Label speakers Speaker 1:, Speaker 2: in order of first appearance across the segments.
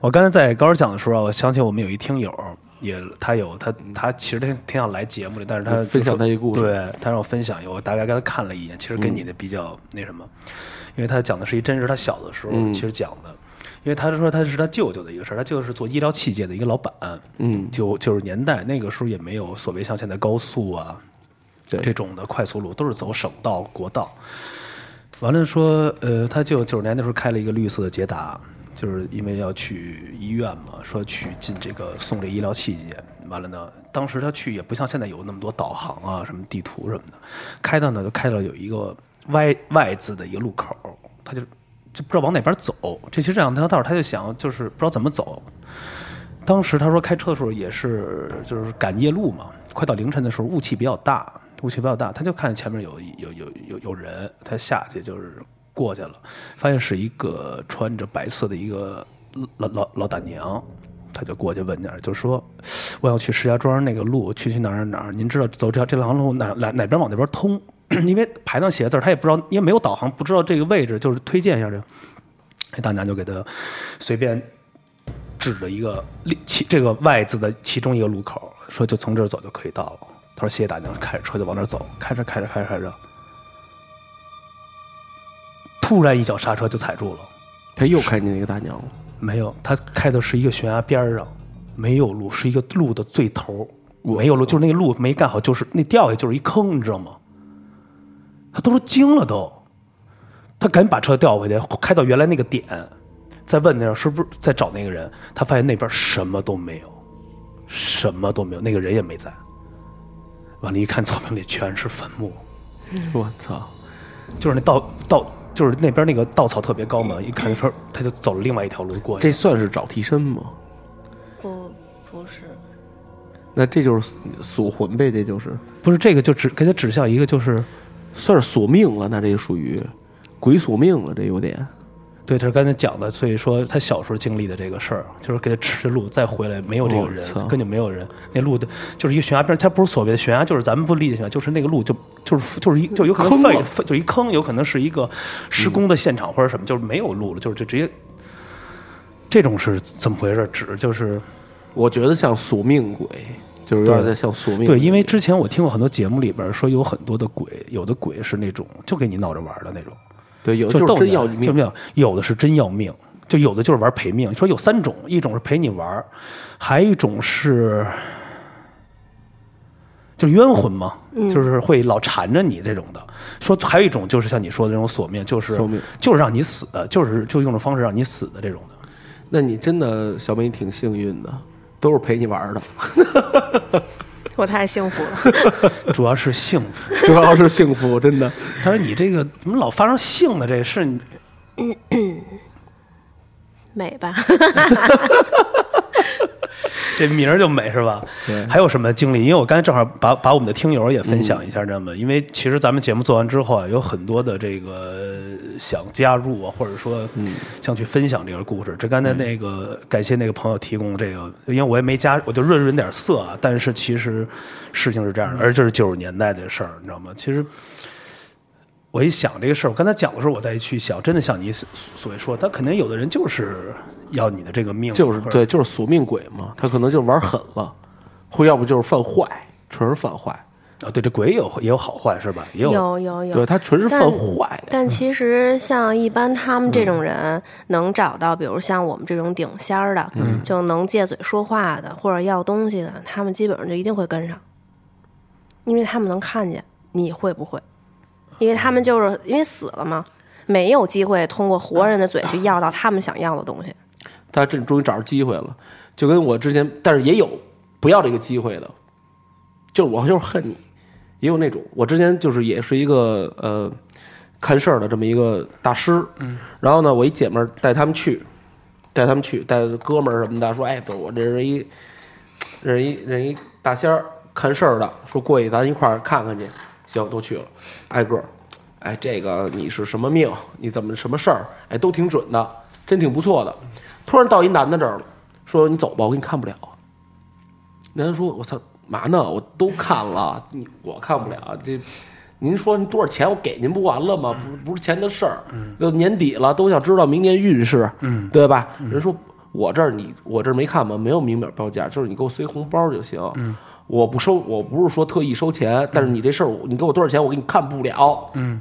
Speaker 1: 我刚才在高师讲的时候啊，我想起我们有一听友，也他有他他其实他挺想来节目里，但呃是他就
Speaker 2: 嗯分享
Speaker 1: 说
Speaker 2: 他一故事
Speaker 1: 对他让我分享一个，我大概跟他看了一眼，其实跟你的比较那什么，因为他讲的是一真是他小的时候
Speaker 2: 嗯
Speaker 1: 其实讲的，因为他是说他是他舅舅的一个事儿，他舅舅是做医疗器械的一个老板，
Speaker 2: 嗯，
Speaker 1: 九九十年代那个时候也没有所谓像现在高速啊
Speaker 2: 对
Speaker 1: 这种的快速路，都是走省道、国道。完了说，呃，他就九十年代时候开了一个绿色的捷达，就是因为要去医院嘛，说去进这个送这医疗器械。完了呢，当时他去也不像现在有那么多导航啊、什么地图什么的，开到呢就开到有一个 Y Y 字的一个路口，他就就不知道往哪边走。这其实这两条道他就想就是不知道怎么走，当时他说开车的时候也是就是赶夜路嘛，快到凌晨的时候雾气比较大，雾气比较大，他就看见前面有有有有有人，他下去就是过去了，发现是一个穿着白色的一个老老老大娘。他就过去问点，就说我要去石家庄那个路，去去哪儿哪儿哪儿，您知道走这条这条路哪哪哪边往那边通？ 因为牌上写的字儿他也不知道，因为没有导航，不知道这个位置，就是推荐一下这个。哎大娘就给他随便指着一个立其这个 Y 字的其中一个路口，说就从这儿走就可以到了。他说谢谢大娘，开着车就往那儿走，开着开着开着开着，突然一脚刹车就踩住了，
Speaker 2: 他又看见那个大娘了，
Speaker 1: 没有，他开的是一个悬崖边儿上，没有路，是一个路的最头，没有路，就是那个路没干好，就是那掉下就是一坑，你知道吗？他都说惊了都，他赶紧把车调回去，开到原来那个点，再问那儿是不是再找那个人，他发现那边什么都没有，什么都没有，那个人也没在。完了，一看草坪里全是坟墓，
Speaker 2: 我操！
Speaker 1: 就是那稻稻，就是那边那个稻草特别高嘛，一看就说他就走了另外一条路过去
Speaker 2: 这。算是找替身吗？
Speaker 3: 不不是，
Speaker 2: 那这就是锁魂呗，这就是
Speaker 1: 不是这个，就指给他指向一个，就是
Speaker 2: 算是索命了。那这就属于鬼索命了，这有点。
Speaker 1: 对，就是刚才讲的，所以说他小时候经历的这个事儿，就是给他指着路再回来，没有这个
Speaker 2: 我
Speaker 1: 人，
Speaker 2: 操
Speaker 1: 根本没有人，那路的就是一个悬崖边儿，它不是所谓的悬崖，就是咱们不理解悬崖，就是那个路就就是就是一就有可能
Speaker 2: 坑
Speaker 1: 废
Speaker 2: 了
Speaker 1: 废就一坑，有可能是一个施工的现场或者什么，就是没有路了，就是就直接这种是怎么回事？指就是。
Speaker 2: 我觉得像索命鬼，就是有点在像索命
Speaker 1: 对，
Speaker 2: 鬼。
Speaker 1: 因为之前我听过很多节目里边说有很多的鬼，有的鬼是那种就给你闹着玩儿的那种，
Speaker 2: 对有
Speaker 1: 就
Speaker 2: 就是
Speaker 1: 逗
Speaker 2: 真
Speaker 1: 你
Speaker 2: 要
Speaker 1: 玩就
Speaker 2: 命
Speaker 1: 这，样，有的是真要命，就有的就是玩陪命。说有三种，一种是陪你玩儿，还有一种是就是冤魂嘛，就是会老缠着你这种的。说还有一种就是像你说的这种索命，就是
Speaker 2: 索命
Speaker 1: 就是让你死，呃就是就用这方式让你死的这种的。
Speaker 2: 那你真的小美你挺幸运的，都是陪你玩儿的，
Speaker 3: 我太幸福 了。
Speaker 1: 主要是幸福。
Speaker 2: 主要是幸福，真的。
Speaker 1: 他说你这个怎么老发生性的这事？你
Speaker 3: 美吧，
Speaker 1: 这名儿就美是吧？
Speaker 2: 对
Speaker 1: 还有什么经历？因为我刚才正好把把我们的听友也分享一
Speaker 2: 嗯
Speaker 1: 下，知道吗？因为其实咱们节目做完之后啊，有很多的这个想加入啊，或者说
Speaker 2: 嗯
Speaker 1: 想去分享这个故事。这刚才那个感谢那个朋友提供这个，因为我也没加，我就润润点色啊。但是其实事情是这
Speaker 2: 嗯
Speaker 1: 样的，而这是九十年代的事儿，你知道吗？其实。我一想这个事儿，我刚才讲的时候，我再去想，真的像你所所谓说，他肯定有的人就是要你的这个命，
Speaker 2: 就是
Speaker 1: 或者
Speaker 2: 对，就是索命鬼嘛，他可能就是玩狠了，或要不就是犯坏，纯是犯坏。
Speaker 1: 啊，对，这鬼也有也有好坏是吧？也有
Speaker 3: 有有有
Speaker 2: 对，他纯是犯坏的，
Speaker 3: 但其实像一般他们这种人，能找到，比如像我们这种顶仙儿的，
Speaker 2: 嗯
Speaker 3: 就能借嘴说话的，或者要东西的，他们基本上就一定会跟上，因为他们能看见你会不会，因为他们就是因为死了嘛，没有机会通过活人的嘴去要到他们想要 的东西。
Speaker 2: 他这终于找着机会了，就跟我之前，但是也有不要这个机会的，就是我就是恨你，也有那种我之前就是也是一个呃看事儿的这么一个大师，嗯，然后呢，我一姐们儿带他们去，带他们去，带哥们儿什么的，说哎，不是我这是一认一认一大仙儿看事儿的，说过去咱一块儿看看去。行，都去了，挨个儿，哎，这个你是什么命？你怎么什么事儿？哎，都挺准的，真挺不错的。突然到一男的这儿了，说你走吧，我给你看不了。啊男的说：“我操，嘛呢？我都看了， 你我看不了。啊这您说您多少钱，我给您不完了吗？嗯不不是钱的事儿。嗯，年底了，都想知道明年运势，嗯，对吧？人说我这儿你我这儿没看吗？没有明码标价，就是你给我随红包就行。嗯，我不收，我不是说特意收钱，但是你这事儿我，你给我多少钱，我给你看不了。
Speaker 1: 嗯，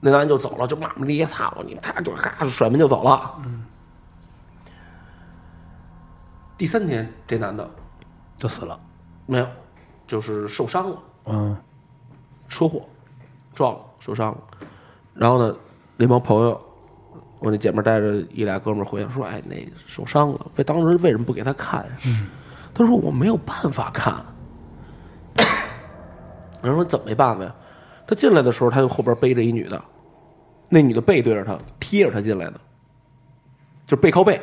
Speaker 2: 那男人就走了，就骂骂咧咧，操你！啪就咔甩门就走了。嗯，第三天这男的
Speaker 1: 就死了。
Speaker 2: 没有，就是受伤了。
Speaker 1: 嗯
Speaker 2: 车祸撞了，受伤了。然后呢，那帮朋友，我那姐们儿带着一俩哥们儿回来，说：“哎，那受伤了，为当时为什么不给他看呀？”他说：“我没有办法看。” 然后说：“怎么没办法呀？”他进来的时候，他就后边背着一女的，那女的背对着他，贴着他进来的，就是背靠背，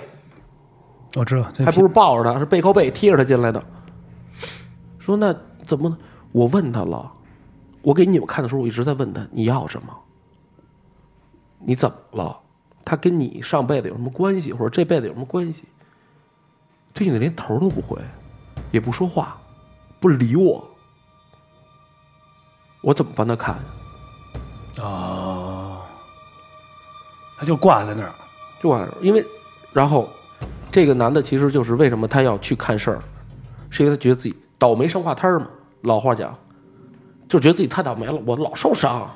Speaker 1: 我知道，这
Speaker 2: 还不是抱着他，是背靠背贴着他进来的。说那怎么？我问他了，我给你们看的时候，我一直在问他你要什么，你怎么了？他跟你上辈子有什么关系，或者这辈子有什么关系？这女的连头都不回，也不说话，不理我，我怎么帮她看呀？
Speaker 1: 哦，他就挂在那儿。
Speaker 2: 就完了。因为，然后这个男的其实就是为什么他要去看事儿，是因为他觉得自己倒霉上挂摊儿嘛。老话讲，就觉得自己太倒霉了，我老受伤，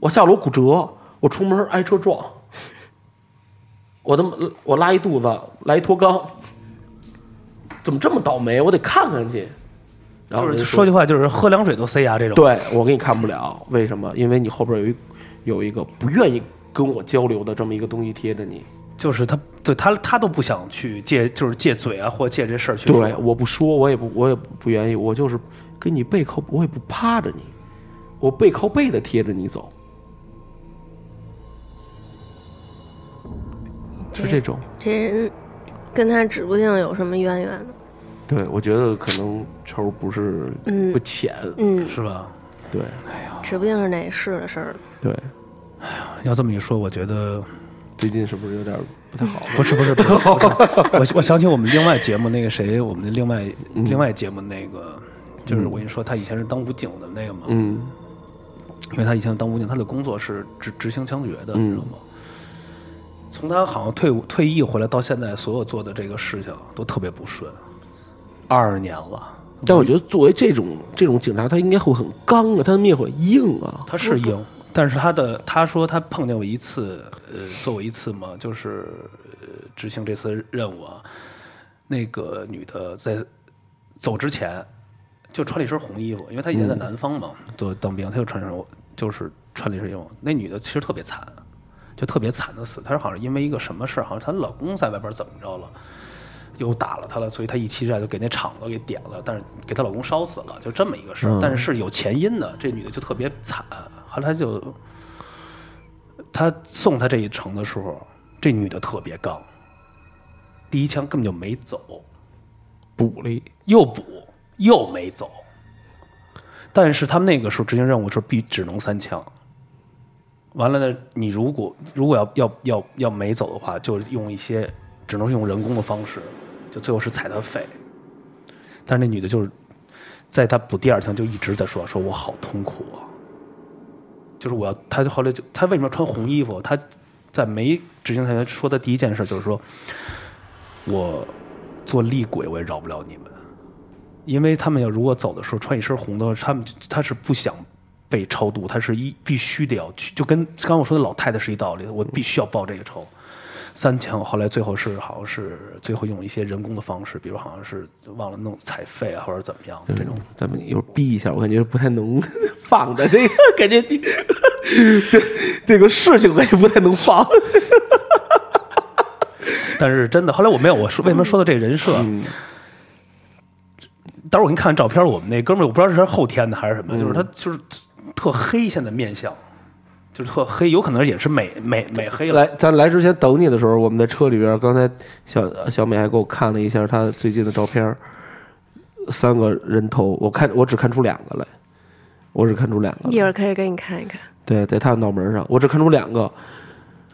Speaker 2: 我下楼骨折，我出门哎挨车撞，我他妈我拉一肚子，来一脱肛，怎么这么倒霉？我得看看去。然后
Speaker 1: 就是
Speaker 2: 人
Speaker 1: 说句话，就是喝凉水都塞牙这种。，
Speaker 2: 对我给你看不了，为什么？因为你后边有一有一个不愿意跟我交流的这么一个东西贴着你。
Speaker 1: 就是他，对他，他都不想去借，就是借嘴啊，或借这事儿去说。
Speaker 2: 对，我不说，我也不，我也不愿意，我就是跟你背靠，我也不趴着你，我背靠背的贴着你走，是这种。
Speaker 3: 这人跟他指不定有什么渊源呢。
Speaker 2: 对，我觉得可能仇不是
Speaker 3: 嗯
Speaker 2: 不浅，
Speaker 3: 嗯，
Speaker 1: 是吧？
Speaker 2: 对
Speaker 3: 指不定是哪世的事儿呢。
Speaker 2: 对。
Speaker 1: 要这么一说，我觉得
Speaker 2: 最近是不是有点不太 好？
Speaker 1: 不是不是 不是，不是我我想起我们另外节目那个谁，我们的另外、另外节目那个，就是我跟你说，他以前是当武警的那个嘛，
Speaker 2: 嗯
Speaker 1: 因为他以前当武警，他的工作是执执行枪决的，你知道吗？从他好像退伍退役回来到现在，所有做的这个事情都特别不顺，二十年了，
Speaker 2: 但我觉得作为这种这种警察，他应该会很刚啊，他的面会很硬啊。
Speaker 1: 他是赢，但是他的他说他碰见我一次，呃，做我一次嘛，就是、呃、执行这次任务啊，那个女的在走之前就穿了一身红衣服，因为她以前在南方嘛，做当兵，她就穿上就是穿了一身衣服。那女的其实特别惨，就特别惨的死，她是好像因为一个什么事儿，好像她老公在外边怎么着了。又打了她了，所以她一气之下就给那厂子给点了，但是给她老公烧死了，就这么一个事儿。但是是有前因的，这女的就特别惨。后来她就，她送她这一程的时候，这女的特别刚，第一枪根本就没走，
Speaker 2: 补了一，
Speaker 1: 又补又没走。但是他们那个时候执行任务是必只能三枪。完了呢，你如果如果要要要要没走的话，就用一些只能是用人工的方式，就最后是踩他肺。但是那女的就是在他补第二枪就一直在说说我好痛苦啊，就是我要他后来就他为什么要穿红衣服？他在没执行前员说的第一件事就是说，我做厉鬼我也饶不了你们，因为他们要如果走的时候穿一身红的话，他们他是不想被超度，他是一必须得要去，就跟刚刚我说的老太太是一道理，我必须要报这个仇。三枪，后来最后是好像是最后用一些人工的方式，比如好像是忘了弄采肺啊，或者怎么样的这种。
Speaker 2: 咱们一会儿逼一下，我感觉不太能 放的这个，感觉 这这这个事情我感觉不太能放。
Speaker 1: 但是真的，后来我没有，我说为什么说到这人设？待会儿我给你看看照片，我们那哥们儿我不知道是他后天的还是什么，就是他就是特黑，现在面相就是特黑，有可能也是美美美黑了。
Speaker 2: 来，咱来之前等你的时候，我们在车里边，刚才小小美还给我看了一下她最近的照片儿，三个人头，我看我只看出两个来，我只看出两个
Speaker 3: 一
Speaker 2: 来，
Speaker 3: 会儿可以给你看一看。
Speaker 2: 对，在她的脑门上，我只看出两个，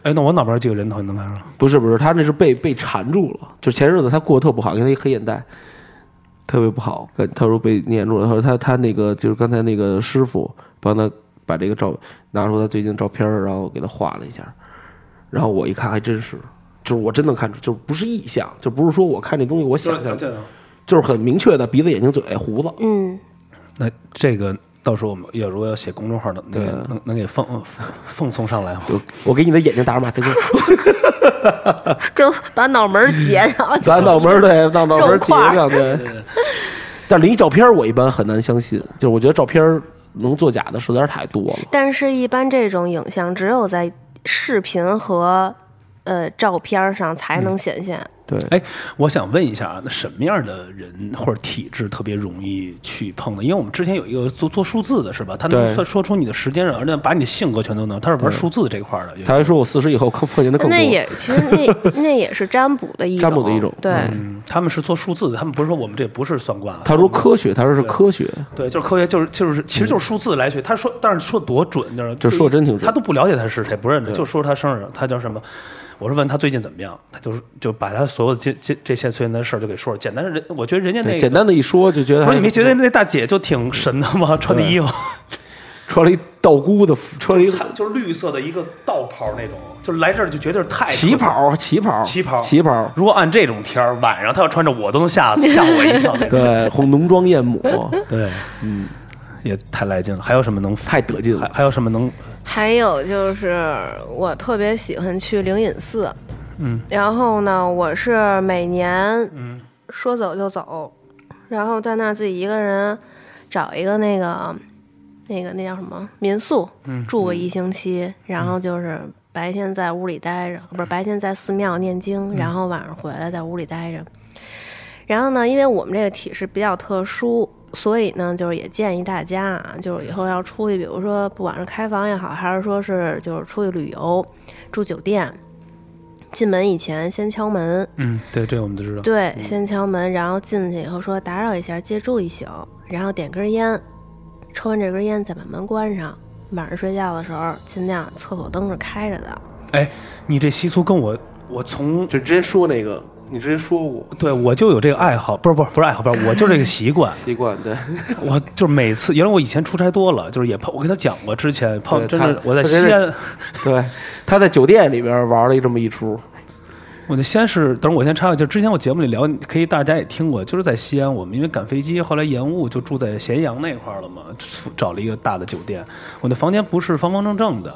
Speaker 1: 哎，那我脑边几个人头你能看出来？
Speaker 2: 不是不是，她那是被被缠住了，就前日子她过得特不好，因为她一黑眼袋。特别不好，跟她说被粘住了。她说她她那个就是刚才那个师傅帮她把这个照拿出她最近的照片儿，然后给她画了一下，然后我一看还真是，就是我真的看出，就不是意向，就不是说我看这东西我想象，
Speaker 1: 这样。
Speaker 2: 就是很明确的鼻子、眼睛、嘴、胡子。
Speaker 3: 嗯，
Speaker 1: 那这个到时候我们要如果要写公众号，能能给能能给奉奉奉送上来吗？
Speaker 2: 我我给你的眼睛打上马赛克，
Speaker 3: 就把脑门儿截，然 后就
Speaker 2: 咱脑门儿对，脑脑门儿
Speaker 3: 肉
Speaker 2: 截
Speaker 3: 块儿
Speaker 2: 上对。但临照片儿我一般很难相信，就是我觉得照片儿能作假的实在是太多了。
Speaker 3: 但是，一般这种影像只有在视频和呃照片儿上才能显现。
Speaker 2: 对，
Speaker 1: 哎，我想问一下啊，那什么样的人或者体质特别容易去碰呢？因为我们之前有一个做做数字的是吧？他能
Speaker 2: 对
Speaker 1: 算说出你的时间上，而且把你的性格全都能。他是玩数字这块儿的，有
Speaker 2: 他还说我四十以后碰碰见的更多
Speaker 3: 那。也其实那那也是占卜的一种，
Speaker 2: 占卜的一种
Speaker 3: 对，
Speaker 1: 嗯，他们是做数字的，他们不是说我们这不是算卦。
Speaker 2: 他说科学，他说是科学，
Speaker 1: 对，就是科学，就是就是，其实就是数字来学。他说，但是说多准，你知道吗？
Speaker 2: 嗯就说真挺准
Speaker 1: 他都不了解他是谁，不认识，就说他生日，他叫什么。我是问他最近怎么样，他就是就把他所有的这这这些最近的事儿就给说了。简单人，我觉得人家那
Speaker 2: 对
Speaker 1: 个
Speaker 2: 简单的一说就觉得
Speaker 1: 不
Speaker 2: 还
Speaker 1: 是你没觉得
Speaker 2: 不错
Speaker 1: 那大姐就挺神的吗？穿的衣 服
Speaker 2: 穿了一道姑的服，穿了一
Speaker 1: 她就是绿色的一个道袍那种，就是来这儿就绝对是太
Speaker 2: 旗。袍，旗袍，
Speaker 1: 旗袍
Speaker 2: 旗袍，
Speaker 1: 如果按这种天儿，晚上她要穿着，我都能吓吓我一跳。 那种
Speaker 2: 对，红浓妆艳 抹，
Speaker 1: 对，嗯，也太来劲了。还有什么能
Speaker 2: 太得劲
Speaker 1: 还
Speaker 2: 了。
Speaker 1: 还有什么能
Speaker 3: 还有就是我特别喜欢去灵隐寺，嗯，然后呢，我是每年
Speaker 1: 嗯
Speaker 3: 说走就走，然后在那儿自己一个人找一个那个那个那叫什么民宿，住个一星期，然后就是白天在屋里待着，不是白天在寺庙念经，然后晚上回来在屋里待着。然后呢，因为我们这个体式比较特殊，所以呢，就是也建议大家啊，就是以后要出去，比如说不管是开房也好，还是说是就是出去旅游，住酒店，进门以前先敲门，
Speaker 1: 嗯，对，这我们都知道。
Speaker 3: 对，先敲门，然后进去以后说打扰一下，借住一宿，然后点根烟，抽完这根烟再把门关上。晚上睡觉的时候，尽量厕所灯是开着的。
Speaker 1: 哎，你这习俗跟我，我从
Speaker 2: 就之前说那个，你之前说过
Speaker 1: 对我就有这个爱好，不是不是不是爱好，不是我就这个习 惯。
Speaker 2: 习惯，对，
Speaker 1: 我就是每次，原来我以前出差多了，就是也碰，我跟他讲过，之前碰，
Speaker 2: 对
Speaker 1: 真
Speaker 2: 他
Speaker 1: 的我在
Speaker 2: 他真是
Speaker 1: 西安，
Speaker 2: 对，他在酒店里边玩了一这么一出，
Speaker 1: 我就先是，等会儿我先插个，就之前我节目里聊，可以大家也听过，就是在西安，我们因为赶飞机，后来延误，就住在咸阳那块儿了嘛，找了一个大的酒店。我那房间不是方方正正的，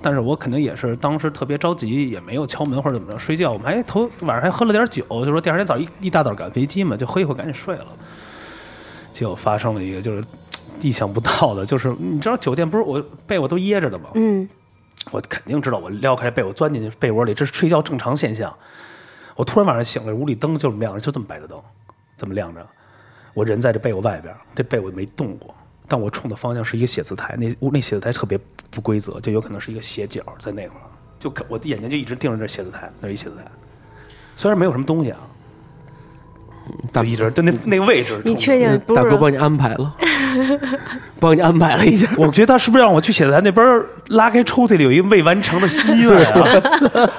Speaker 1: 但是我肯定也是当时特别着急，也没有敲门或者怎么着睡觉，我们还头晚上还喝了点酒，就说第二天早上一一大早赶飞机嘛，就喝一会儿赶紧睡了。结果发生了一个就是意想不到的，就是你知道酒店不是我被我都掖着的吗？
Speaker 3: 嗯，
Speaker 1: 我肯定知道，我撩开被我钻进去被窝里，这是睡觉正常现象。我突然晚上醒了，屋里灯就是亮着，就这么白的灯，这么亮着。我人在这被窝外边，这被我没动过，但我冲的方向是一个写字台，那屋那写字台特别不规则，就有可能是一个斜角在那块儿，就可我的眼睛就一直盯着这写字台，那是一写字台，虽然没有什么东西啊，
Speaker 2: 大
Speaker 1: 就一直就那那个位置。
Speaker 3: 你确定哎不
Speaker 2: 大哥
Speaker 3: 是？
Speaker 2: 帮你安排了， 帮你安排了一下，
Speaker 1: 我觉得他是不是让我去写字台那边儿拉开抽屉里有一个未完成的心愿 啊？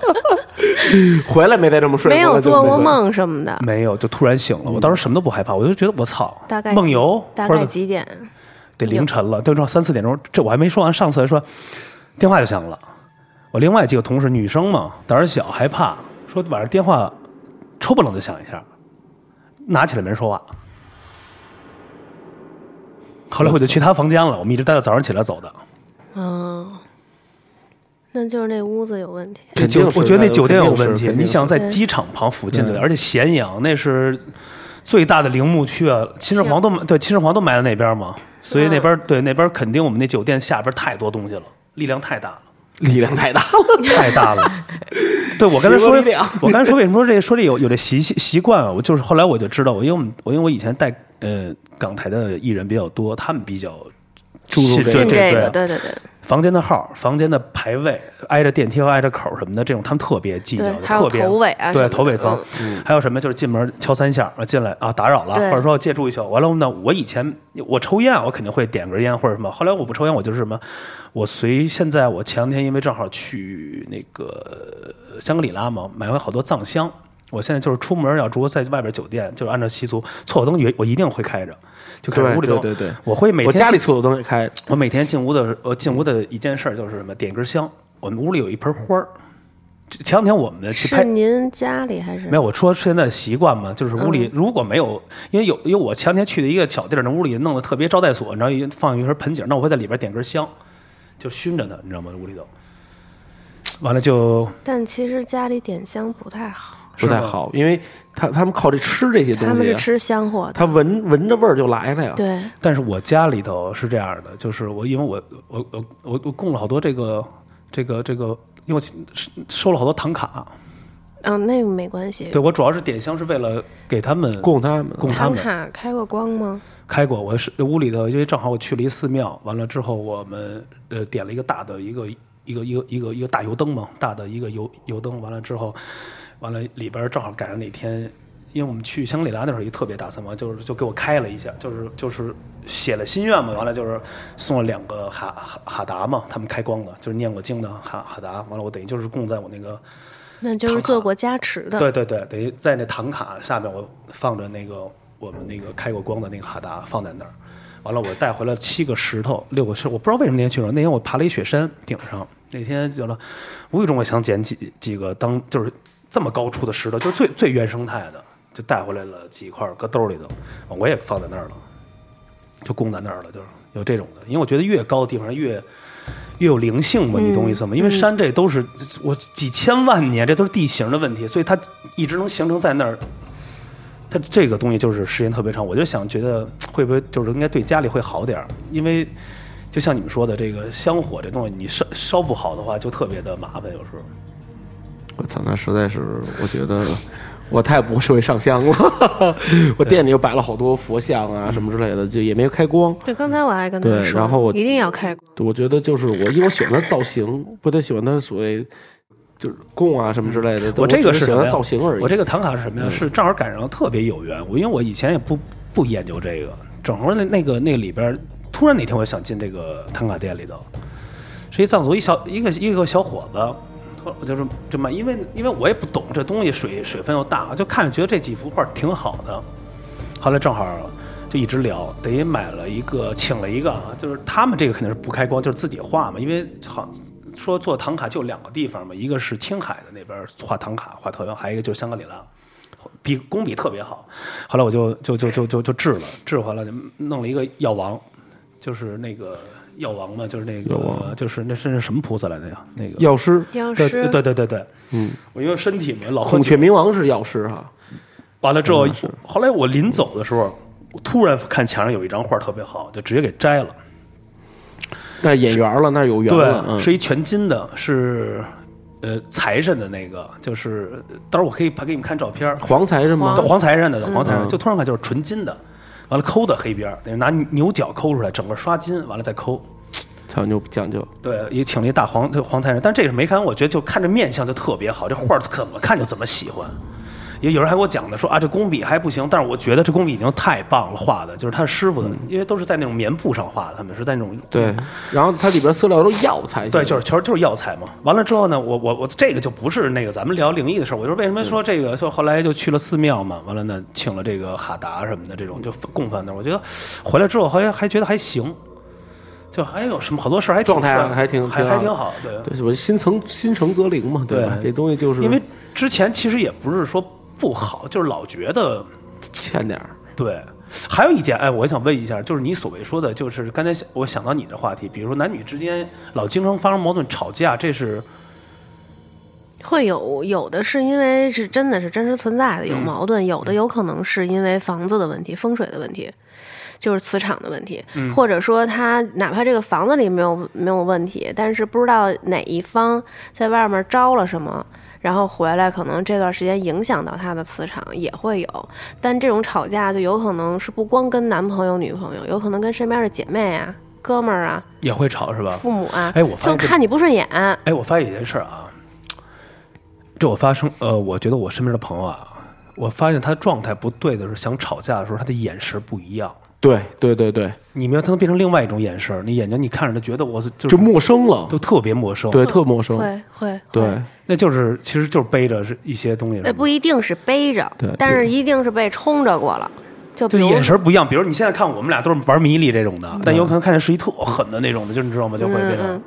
Speaker 2: 回来没再这么睡过，
Speaker 3: 没有
Speaker 2: 就
Speaker 3: 做过
Speaker 2: 那个，
Speaker 3: 梦什么的。
Speaker 1: 没有，就突然醒了。我当时什么都不害怕，我就觉得我操，
Speaker 3: 嗯大概
Speaker 1: 梦游，
Speaker 3: 大
Speaker 1: 或
Speaker 3: 概
Speaker 1: 者
Speaker 3: 几点？
Speaker 1: 得凌晨了，都知道三四点钟。这我还没说完，上次还说电话就响了。我另外几个同事，女生嘛，胆儿小害怕，说晚上电话抽不冷就响一下，拿起来没人说话。后来我就去她房间了，我们一直待到早上起来走的。
Speaker 3: 哦，那就是那屋子有问题。
Speaker 1: 这
Speaker 2: 肯定
Speaker 1: 酒，
Speaker 2: 是
Speaker 1: 我觉得那酒店有
Speaker 2: 肯
Speaker 1: 问
Speaker 2: 定是
Speaker 1: 题。
Speaker 2: 肯定
Speaker 1: 你
Speaker 2: 是
Speaker 1: 想在
Speaker 3: 对
Speaker 1: 机场旁附近的，而且咸阳那是最大的陵墓区啊，秦始皇都埋对秦始皇都埋在那边嘛，所以
Speaker 2: 啊
Speaker 1: 那边对那边肯定我们那酒店下边太多东西了，力量太大了，
Speaker 2: 力量太大了，
Speaker 1: 太大 了。对我刚才
Speaker 2: 邪
Speaker 1: 说
Speaker 2: 魔力量，
Speaker 1: 我刚才说为什么说这说这有有这习习惯啊？我就是后来我就知道，我因为我们我因为我以前带呃港台的艺人比较多，他们比较注重
Speaker 2: 信
Speaker 1: 这
Speaker 3: 信这个，
Speaker 1: 对啊
Speaker 3: 对对对
Speaker 1: 房间的号、房间的排位、挨着电梯和挨着口什么的，这种他们特别计较
Speaker 3: 对
Speaker 1: 的，，
Speaker 3: 还
Speaker 1: 特
Speaker 3: 有
Speaker 1: 别
Speaker 3: 头尾啊什么
Speaker 1: 对
Speaker 3: 的，嗯
Speaker 1: 头尾疼。还有什么就是进门敲三下啊，进来啊打扰了，
Speaker 3: 对
Speaker 1: 或者说借住一宿。完了呢，我以前我抽烟，啊我肯定会点根烟或者什么。后来我不抽烟，我就是什么，我随现在我前两天因为正好去那个呃香格里拉嘛，买回好多藏香。我现在就是出门要如果在外边酒店，就是按照习俗，厕所灯也我一定会开着，就开始
Speaker 2: 对
Speaker 1: 屋里头。
Speaker 2: 对对对
Speaker 1: 我会每
Speaker 2: 我
Speaker 1: 天
Speaker 2: 家
Speaker 1: 进
Speaker 2: 里厕所灯也开，
Speaker 1: 我呃每天进屋的，我进屋的一件事儿就是什么，点一根香。我们屋里有一盆花儿，前两天我们去
Speaker 3: 是
Speaker 1: 拍，
Speaker 3: 您家里还是
Speaker 1: 没有，我说现在习惯嘛，就是屋里如果没有，因为有，因为我前两天去的一个小地儿，那屋里弄得特别招待所，你知道，一放一盆盆景，那我会在里边点根香，就熏着它，你知道吗？屋里头，完了就
Speaker 3: 但其实家里点香不太好，
Speaker 2: 不太
Speaker 1: 是吗
Speaker 2: 好，因为他他们靠这吃这些东西啊，
Speaker 3: 他们是吃香火的。
Speaker 2: 他闻闻着味儿就来
Speaker 1: 啊
Speaker 2: 了呀。
Speaker 3: 对，
Speaker 1: 但是我家里头是这样的，就是我因为我我我我我供了好多这个这个这个，因为我收了好多唐卡，
Speaker 3: 嗯，那没关系。
Speaker 1: 对我主要是点香是为了给他们
Speaker 2: 供他们，
Speaker 1: 供嗯他
Speaker 3: 唐
Speaker 1: 们
Speaker 3: 卡开过光吗？
Speaker 1: 开过。我是屋里头，因为正好我去了一寺庙，完了之后我们呃点了一个大的一个一个一个一个一个大油灯嘛，大的一个油油灯，完了之后，完了里边正好赶上那天。因为我们去香格里拉那会儿，一特别大三房，就是就给我开了一下，就是就是写了心愿嘛，完了就是送了两个哈哈哈达嘛，他们开光的，就是念过经的哈哈达，完了我等于就是供在我那个
Speaker 3: 那就是做过加持的。
Speaker 1: 对对对，等于在那唐卡下面，我放着那个我们那个开过光的那个哈达放在那儿。完了，我带回来七个石头，六个石，我不知道为什么那天去了。那天我爬了一雪山顶上，那天觉得无意中我想捡几几个当就是这么高处的石头，就是最最原生态的，就带回来了几块，搁兜里头，我也放在那儿了，就供在那儿了，就是有这种的。因为我觉得越高的地方越越有灵性嘛，你懂我意思吗？因为山这都是我几千万年，这都是地形的问题，所以它一直能形成在那儿。它这个东西就是时间特别长，我就想觉得会不会就是应该对家里会好点儿，因为就像你们说的，这个香火这东西你烧烧不好的话，就特别的麻烦，有时候。
Speaker 2: 我操，那实在是，我觉得我太不会上香 了。我店里又摆了好多佛像啊什么之类的，就也没开光。
Speaker 3: 对，刚才我还跟他
Speaker 2: 对
Speaker 3: 说，
Speaker 2: 然后我
Speaker 3: 一定要开光。
Speaker 2: 我觉得就是我，因为我喜欢它造型，不太喜欢它所谓就是供啊什么之类的。
Speaker 1: 我这个是
Speaker 2: 只喜
Speaker 1: 什么
Speaker 2: 欢它
Speaker 1: 呀
Speaker 2: 造型而已。嗯
Speaker 1: 我这个唐卡是什么呀？是正好赶上特别有缘。我因为我以前也不不研究这个，整个那那个那里边，突然哪天我想进这个唐卡店里头，是一藏族一小一个一个小伙子，我就是就买，因为因为我也不懂这东西，水水分又大，就看着觉得这几幅画挺好的。后来正好就一直聊，等于买了一个，请了一个啊，就是他们这个肯定是不开光，就是自己画嘛，因为好说做唐卡就两个地方嘛，一个是青海的那边画唐卡画特别好，还有一个就是香格里拉。比工笔特别好，后来我就就就就就就治了，治回来就弄了一个药王，就是那个药王嘛，就是那个就是那是什么菩萨来的呀？那个
Speaker 2: 药师，
Speaker 3: 药
Speaker 1: 对
Speaker 3: 师，
Speaker 1: 对对对对，嗯，我因为身体嘛老喝
Speaker 2: 孔
Speaker 1: 酒
Speaker 2: 雀明王是药师哈、
Speaker 1: 完了之
Speaker 2: 嗯
Speaker 1: 后，后来我临走的时候，我突然看墙上有一张画特别好，就直接给摘了。
Speaker 2: 那眼缘了，那有缘了。嗯、
Speaker 1: 是一全金的，是呃财神的那个，就是到时候我可以拍给你们看照片儿，
Speaker 2: 黄嗯财神吗
Speaker 1: 对？黄财神的，对黄财神就突然看就是纯金的，完了抠的黑边儿，得拿牛角抠出来，整个刷金，完了再抠。
Speaker 2: 操牛讲究，
Speaker 1: 对，也请了一大黄这黄财神，但这个没看，我觉得就看着面相就特别好，这画儿怎么看就怎么喜欢。也有人还给我讲呢，说啊这工笔还不行，但是我觉得这工笔已经太棒了，画的就是他师傅的，因为都是在那种棉布上画的，他们是在那种
Speaker 2: 对，然后它里边饲料都是药材，
Speaker 1: 对，就是全是就是药材嘛。完了之后呢，我我我这个就不是那个咱们聊灵异的事儿，我就是为什么说这个，就后来就去了寺庙嘛，完了呢请了这个哈达什么的这种就供奉那儿，我觉得回来之后好像还觉得还行，就还有什么好多事儿还挺
Speaker 2: 状态啊
Speaker 1: 顺
Speaker 2: 还挺
Speaker 1: 还
Speaker 2: 挺
Speaker 1: 还
Speaker 2: 好
Speaker 1: 挺好，对。
Speaker 2: 对，我心诚心诚则灵嘛，对吧？
Speaker 1: 对
Speaker 2: 这东西就是
Speaker 1: 因为之前其实也不是说不好，就是老觉得
Speaker 2: 欠点儿，
Speaker 1: 对。还有一件，哎，我想问一下，就是你所谓说的，就是刚才想我想到你的话题，比如说男女之间老经常发生矛盾、吵架，这是
Speaker 3: 会有有的是因为是真的是真实存在的
Speaker 1: 嗯
Speaker 3: 有矛盾，有的有可能是因为房子的问题、风水的问题，就是磁场的问题，
Speaker 1: 嗯
Speaker 3: 或者说他哪怕这个房子里没有没有问题，但是不知道哪一方在外面招了什么。然后回来，可能这段时间影响到他的磁场也会有，但这种吵架就有可能是不光跟男朋友、女朋友，有可能跟身边的姐妹啊、哥们儿啊、
Speaker 1: 也会吵是吧？
Speaker 3: 父母啊，
Speaker 1: 哎我发
Speaker 3: 就
Speaker 1: 现这
Speaker 3: 看你不顺眼，
Speaker 1: 哎，我发现一件事儿啊，这我发生，呃，我觉得我身边的朋友啊，我发现他状态不对的时候，想吵架的时候，他的眼神不一样。
Speaker 2: 对对对对，
Speaker 1: 你们要他能变成另外一种眼神儿，你眼睛你看着他，觉得我是就是
Speaker 2: 就陌生了，
Speaker 1: 都特别陌生。
Speaker 2: 对，特陌生，
Speaker 3: 会会
Speaker 2: 对
Speaker 1: 那就是其实就是背着是一些东西是吧。
Speaker 3: 那哎不一定是背着
Speaker 2: 对，
Speaker 3: 但是一定是被冲着过了。就比
Speaker 1: 就
Speaker 3: 如
Speaker 1: 眼神不一样。比如你现在看我们
Speaker 3: 嗯
Speaker 1: 俩都是玩迷离这种的，但有可能看见是一特狠的那种的，就是你知道吗？就会变成
Speaker 3: 嗯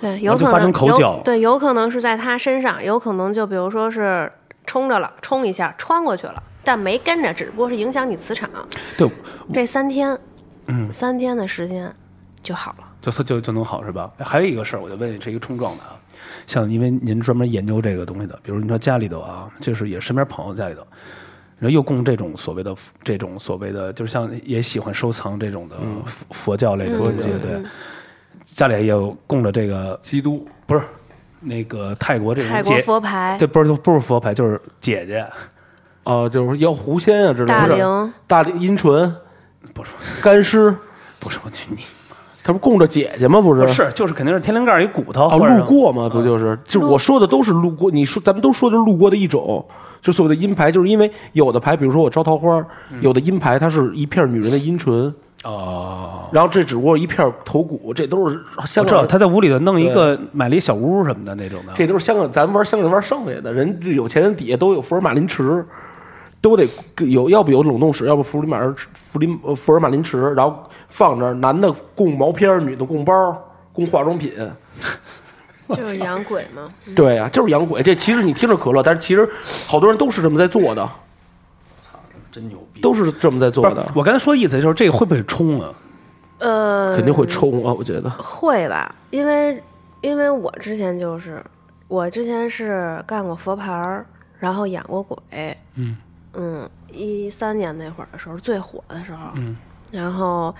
Speaker 3: 对，
Speaker 1: 然
Speaker 3: 有
Speaker 1: 后就
Speaker 3: 可
Speaker 1: 发生
Speaker 3: 能
Speaker 1: 口
Speaker 3: 有
Speaker 1: 角
Speaker 3: 对，有可能是在他身上，有可能就比如说是冲着了，冲一下穿过去了，但没跟着，只不过是影响你磁场。
Speaker 1: 对，
Speaker 3: 这三天，
Speaker 1: 嗯，
Speaker 3: 三天的时间就好了。
Speaker 1: 就就就能好是吧？还有一个事儿，我就问你，是一个冲撞的啊，像因为您专门研究这个东西的，比如你说家里头啊，就是也身边朋友家里头，然后又供这种所谓的这种所谓的，就是像也喜欢收藏这种的
Speaker 3: 嗯
Speaker 1: 佛佛教类的东西，对，家里也有供了这个
Speaker 2: 基督
Speaker 1: 不是那个泰国这
Speaker 3: 泰
Speaker 1: 种
Speaker 3: 国
Speaker 1: 姐，
Speaker 3: 佛牌、
Speaker 1: 对，不是不是佛牌，就是姐姐，
Speaker 2: 啊，就是妖狐仙啊之类的，
Speaker 3: 大
Speaker 2: 不是
Speaker 3: 龄、
Speaker 2: 大龄阴唇，
Speaker 1: 不是
Speaker 2: 干尸，
Speaker 1: 不是我去你，
Speaker 2: 他不供着姐姐吗？不是
Speaker 1: 不是就是肯定是天灵盖儿一骨头
Speaker 2: 啊，
Speaker 1: 哦或者嗯
Speaker 2: 路过嘛，不就是？就我说的都是路过，你说咱们都说的是路过的一种，就所谓的阴牌，就是因为有的牌，比如说我招桃花，
Speaker 1: 嗯
Speaker 2: 有的阴牌它是一片女人的阴唇，
Speaker 1: 哦。
Speaker 2: 然后这只不过一片头骨，这都是
Speaker 1: 我
Speaker 2: 香
Speaker 1: 知道
Speaker 2: 港，
Speaker 1: 他在屋里头弄一个买了一小屋什么的那种的，
Speaker 2: 这都是香港，咱们玩香港玩剩下的人，有钱人底下都有福尔马林池。都得有，要不有冷冻室，要不福尔马林福林呃福尔马林池，然后放这儿，男的供毛片儿，女的供包儿，供化妆品，
Speaker 3: 就是养鬼嘛。
Speaker 2: 对啊，就是养鬼。这其实你听着可乐，但是其实好多人都是这么在做的，
Speaker 1: 真牛逼。
Speaker 2: 都是这么在做
Speaker 1: 不是
Speaker 2: 的，，
Speaker 1: 我刚才说意思就是这个会不会冲啊？
Speaker 3: 呃，
Speaker 2: 肯定会冲啊！我觉得
Speaker 3: 会吧，因为因为我之前就是，我之前是干过佛牌儿，然后演过鬼，嗯一三年那会儿的时候最火的时候，嗯，然后，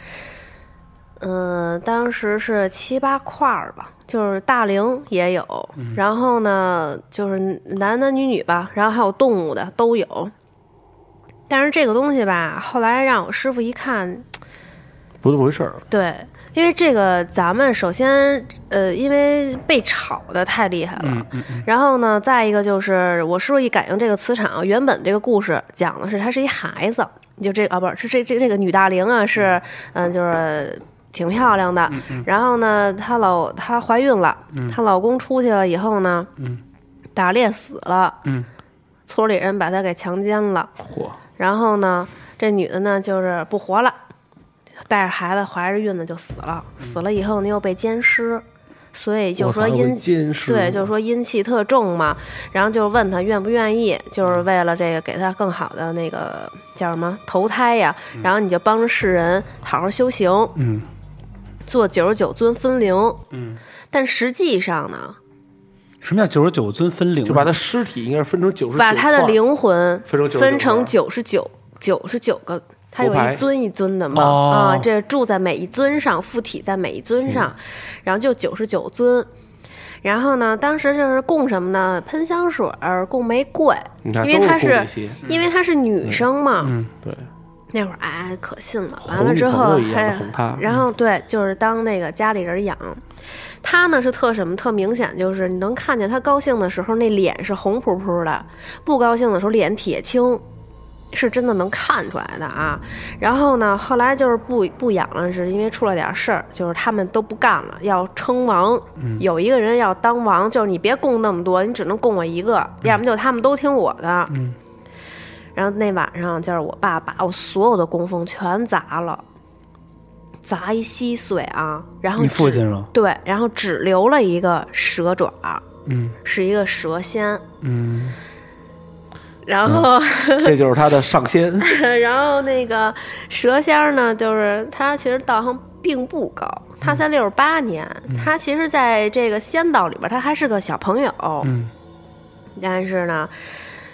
Speaker 3: 嗯、当时是七八块儿吧，就是大龄也有，然后呢就是男男女女吧，然后还有动物的都有。但是这个东西吧，后来让我师傅一看，
Speaker 2: 不是那么回事儿。
Speaker 3: 对，因为这个咱们首先呃，因为被炒的太厉害了，然后呢，再一个就是我师傅一感应这个磁场，啊原本这个故事讲的是他是一孩子，就这啊不是是这这这个女大龄啊是嗯、就是。挺漂亮的，然后呢，她老她怀孕了，她老公出去了以后呢，打猎死了，
Speaker 1: 嗯
Speaker 3: 村里人把她给强奸了，
Speaker 2: 嚯，
Speaker 3: 然后呢，这女的呢就是不活了，带着孩子怀着孕呢就死了。死了以后呢又被奸尸，所以就
Speaker 2: 我
Speaker 3: 是说
Speaker 2: 操
Speaker 3: 阴
Speaker 2: 会奸尸，
Speaker 3: 对，就是说阴气特重嘛。然后就问他愿不愿意，就是为了这个给他更好的那个叫什么投胎呀。然后你就帮着世人好好修行，
Speaker 1: 嗯，
Speaker 3: 做九十九尊分灵，
Speaker 1: 嗯。
Speaker 3: 但实际上呢，
Speaker 1: 什么叫九十九尊分灵？啊
Speaker 2: 就把他尸体应该是分成九十，
Speaker 3: 把他的灵魂
Speaker 2: 分成99
Speaker 3: 分成九十九九十九个，它有
Speaker 2: 佛牌
Speaker 3: 一尊一尊的嘛，
Speaker 1: 哦
Speaker 3: 啊，这住在每一尊上，附体在每一尊
Speaker 2: 嗯
Speaker 3: 上，然后就九十九尊。然后呢，当时就是供什么呢？喷香水儿，供玫瑰，
Speaker 2: 你
Speaker 3: 因
Speaker 2: 看
Speaker 3: 为
Speaker 2: 都
Speaker 3: 她
Speaker 2: 是
Speaker 3: 是
Speaker 2: 供这些
Speaker 3: 因为她是
Speaker 2: 嗯
Speaker 3: 女生嘛。
Speaker 2: 对，
Speaker 3: 那会儿哎，可信了。
Speaker 2: 哄
Speaker 3: 完了之后
Speaker 2: 女朋友一样
Speaker 3: 还
Speaker 2: 的哄她
Speaker 3: 然后对，就是当那个家里人养。他呢是特什么特明显，就是你能看见他高兴的时候那脸是红扑扑的，不高兴的时候脸铁青，是真的能看出来的啊。然后呢，后来就是不不养了，是因为出了点事儿，就是他们都不干了，要称王，
Speaker 1: 嗯
Speaker 3: 有一个人要当王，就是你别供那么多，你只能供我一个，
Speaker 1: 嗯
Speaker 3: 要么就他们都听我的。嗯。然后那晚上就是我爸把我所有的供奉全砸了，砸一稀碎啊，然后
Speaker 1: 你父
Speaker 3: 只
Speaker 1: 亲吗？
Speaker 3: 对，然后只留了一个蛇爪，
Speaker 1: 嗯，
Speaker 3: 是一个蛇仙，
Speaker 1: 嗯，
Speaker 3: 然后、
Speaker 2: 这就是他的上 仙。
Speaker 3: 然后那个蛇仙儿呢，就是他其实道行并不高，
Speaker 1: 嗯
Speaker 3: 他才六十八年，他其实在这个仙道里边，他还是个小朋友。
Speaker 1: 嗯，
Speaker 3: 但是呢，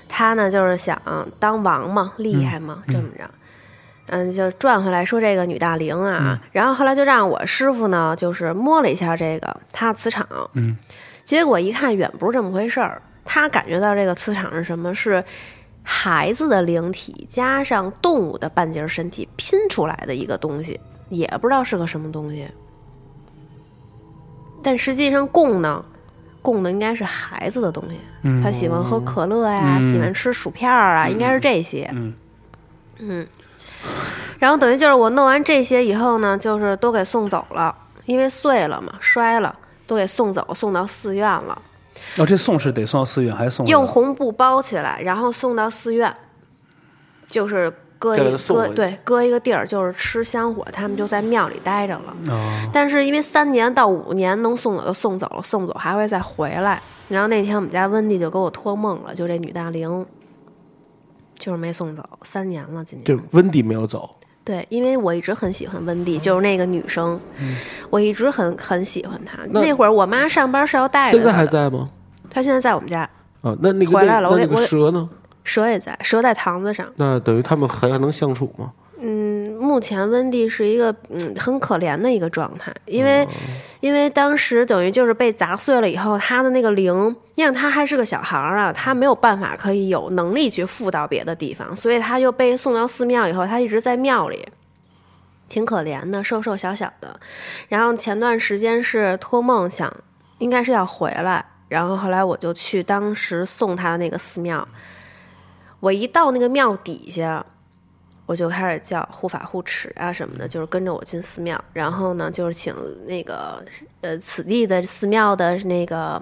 Speaker 3: 他呢就是想当王嘛，厉害嘛，这么着。嗯，就转回来说这个女大龄
Speaker 1: 嗯
Speaker 3: 啊，然后后来就让我师傅呢，就是摸了一下这个她的磁场，
Speaker 1: 嗯，
Speaker 3: 结果一看远不是这么回事儿，他感觉到这个磁场是什么？是孩子的灵体加上动物的半截儿身体拼出来的一个东西，也不知道是个什么东西。但实际上供呢，供的应该是孩子的东西，他喜欢喝可乐呀、喜欢吃薯片儿啊，应该是这些。
Speaker 1: 嗯
Speaker 3: 嗯然后等于就是我弄完这些以后呢，就是都给送走了，因为碎了嘛，摔了，都给送走，送到寺院了，
Speaker 1: 哦，这送是得送到寺院，还是送
Speaker 3: 用红布包起来，然后送到寺院，就是搁
Speaker 2: 再给
Speaker 3: 一
Speaker 2: 他送
Speaker 3: 搁
Speaker 2: 回去
Speaker 3: 对搁一个地儿，就是吃香火，他们就在庙里待着了。
Speaker 2: 哦
Speaker 3: 但是因为三年到五年能送走就送走了，送不走还会再回来。然后那天我们家温蒂就给我托梦了，就这女大龄，就是没送走，三年了，今年
Speaker 2: 就是温迪没有走，
Speaker 3: 对，因为我一直很喜欢温蒂，就是那个女生，我一直很很喜欢她。
Speaker 2: 嗯那
Speaker 3: 那会儿我妈上班是要带着
Speaker 2: 现在
Speaker 3: 她
Speaker 2: 还
Speaker 3: 的，
Speaker 2: 在吗？
Speaker 3: 她现在在我们家，
Speaker 2: 啊，那那个
Speaker 3: 回来
Speaker 2: 那那
Speaker 3: 了我
Speaker 2: 那
Speaker 3: 给我
Speaker 2: 个
Speaker 3: 给
Speaker 2: 蛇呢？
Speaker 3: 蛇也在，蛇在堂子上。
Speaker 2: 那等于他们还还能相处吗？
Speaker 3: 嗯，目前温蒂是一个嗯很可怜的一个状态，因为、因为当时等于就是被砸碎了以后，她的那个灵，因为她还是个小孩儿啊，她没有办法可以有能力去附到别的地方，所以她就被送到寺庙以后，她一直在庙里。挺可怜的，瘦瘦小小的。然后前段时间是托梦想，应该是要回来。然后后来我就去当时送他的那个寺庙，我一到那个庙底下，我就开始叫护法护持啊什么的，就是跟着我进寺庙。然后呢，就是请那个呃此地的寺庙的那个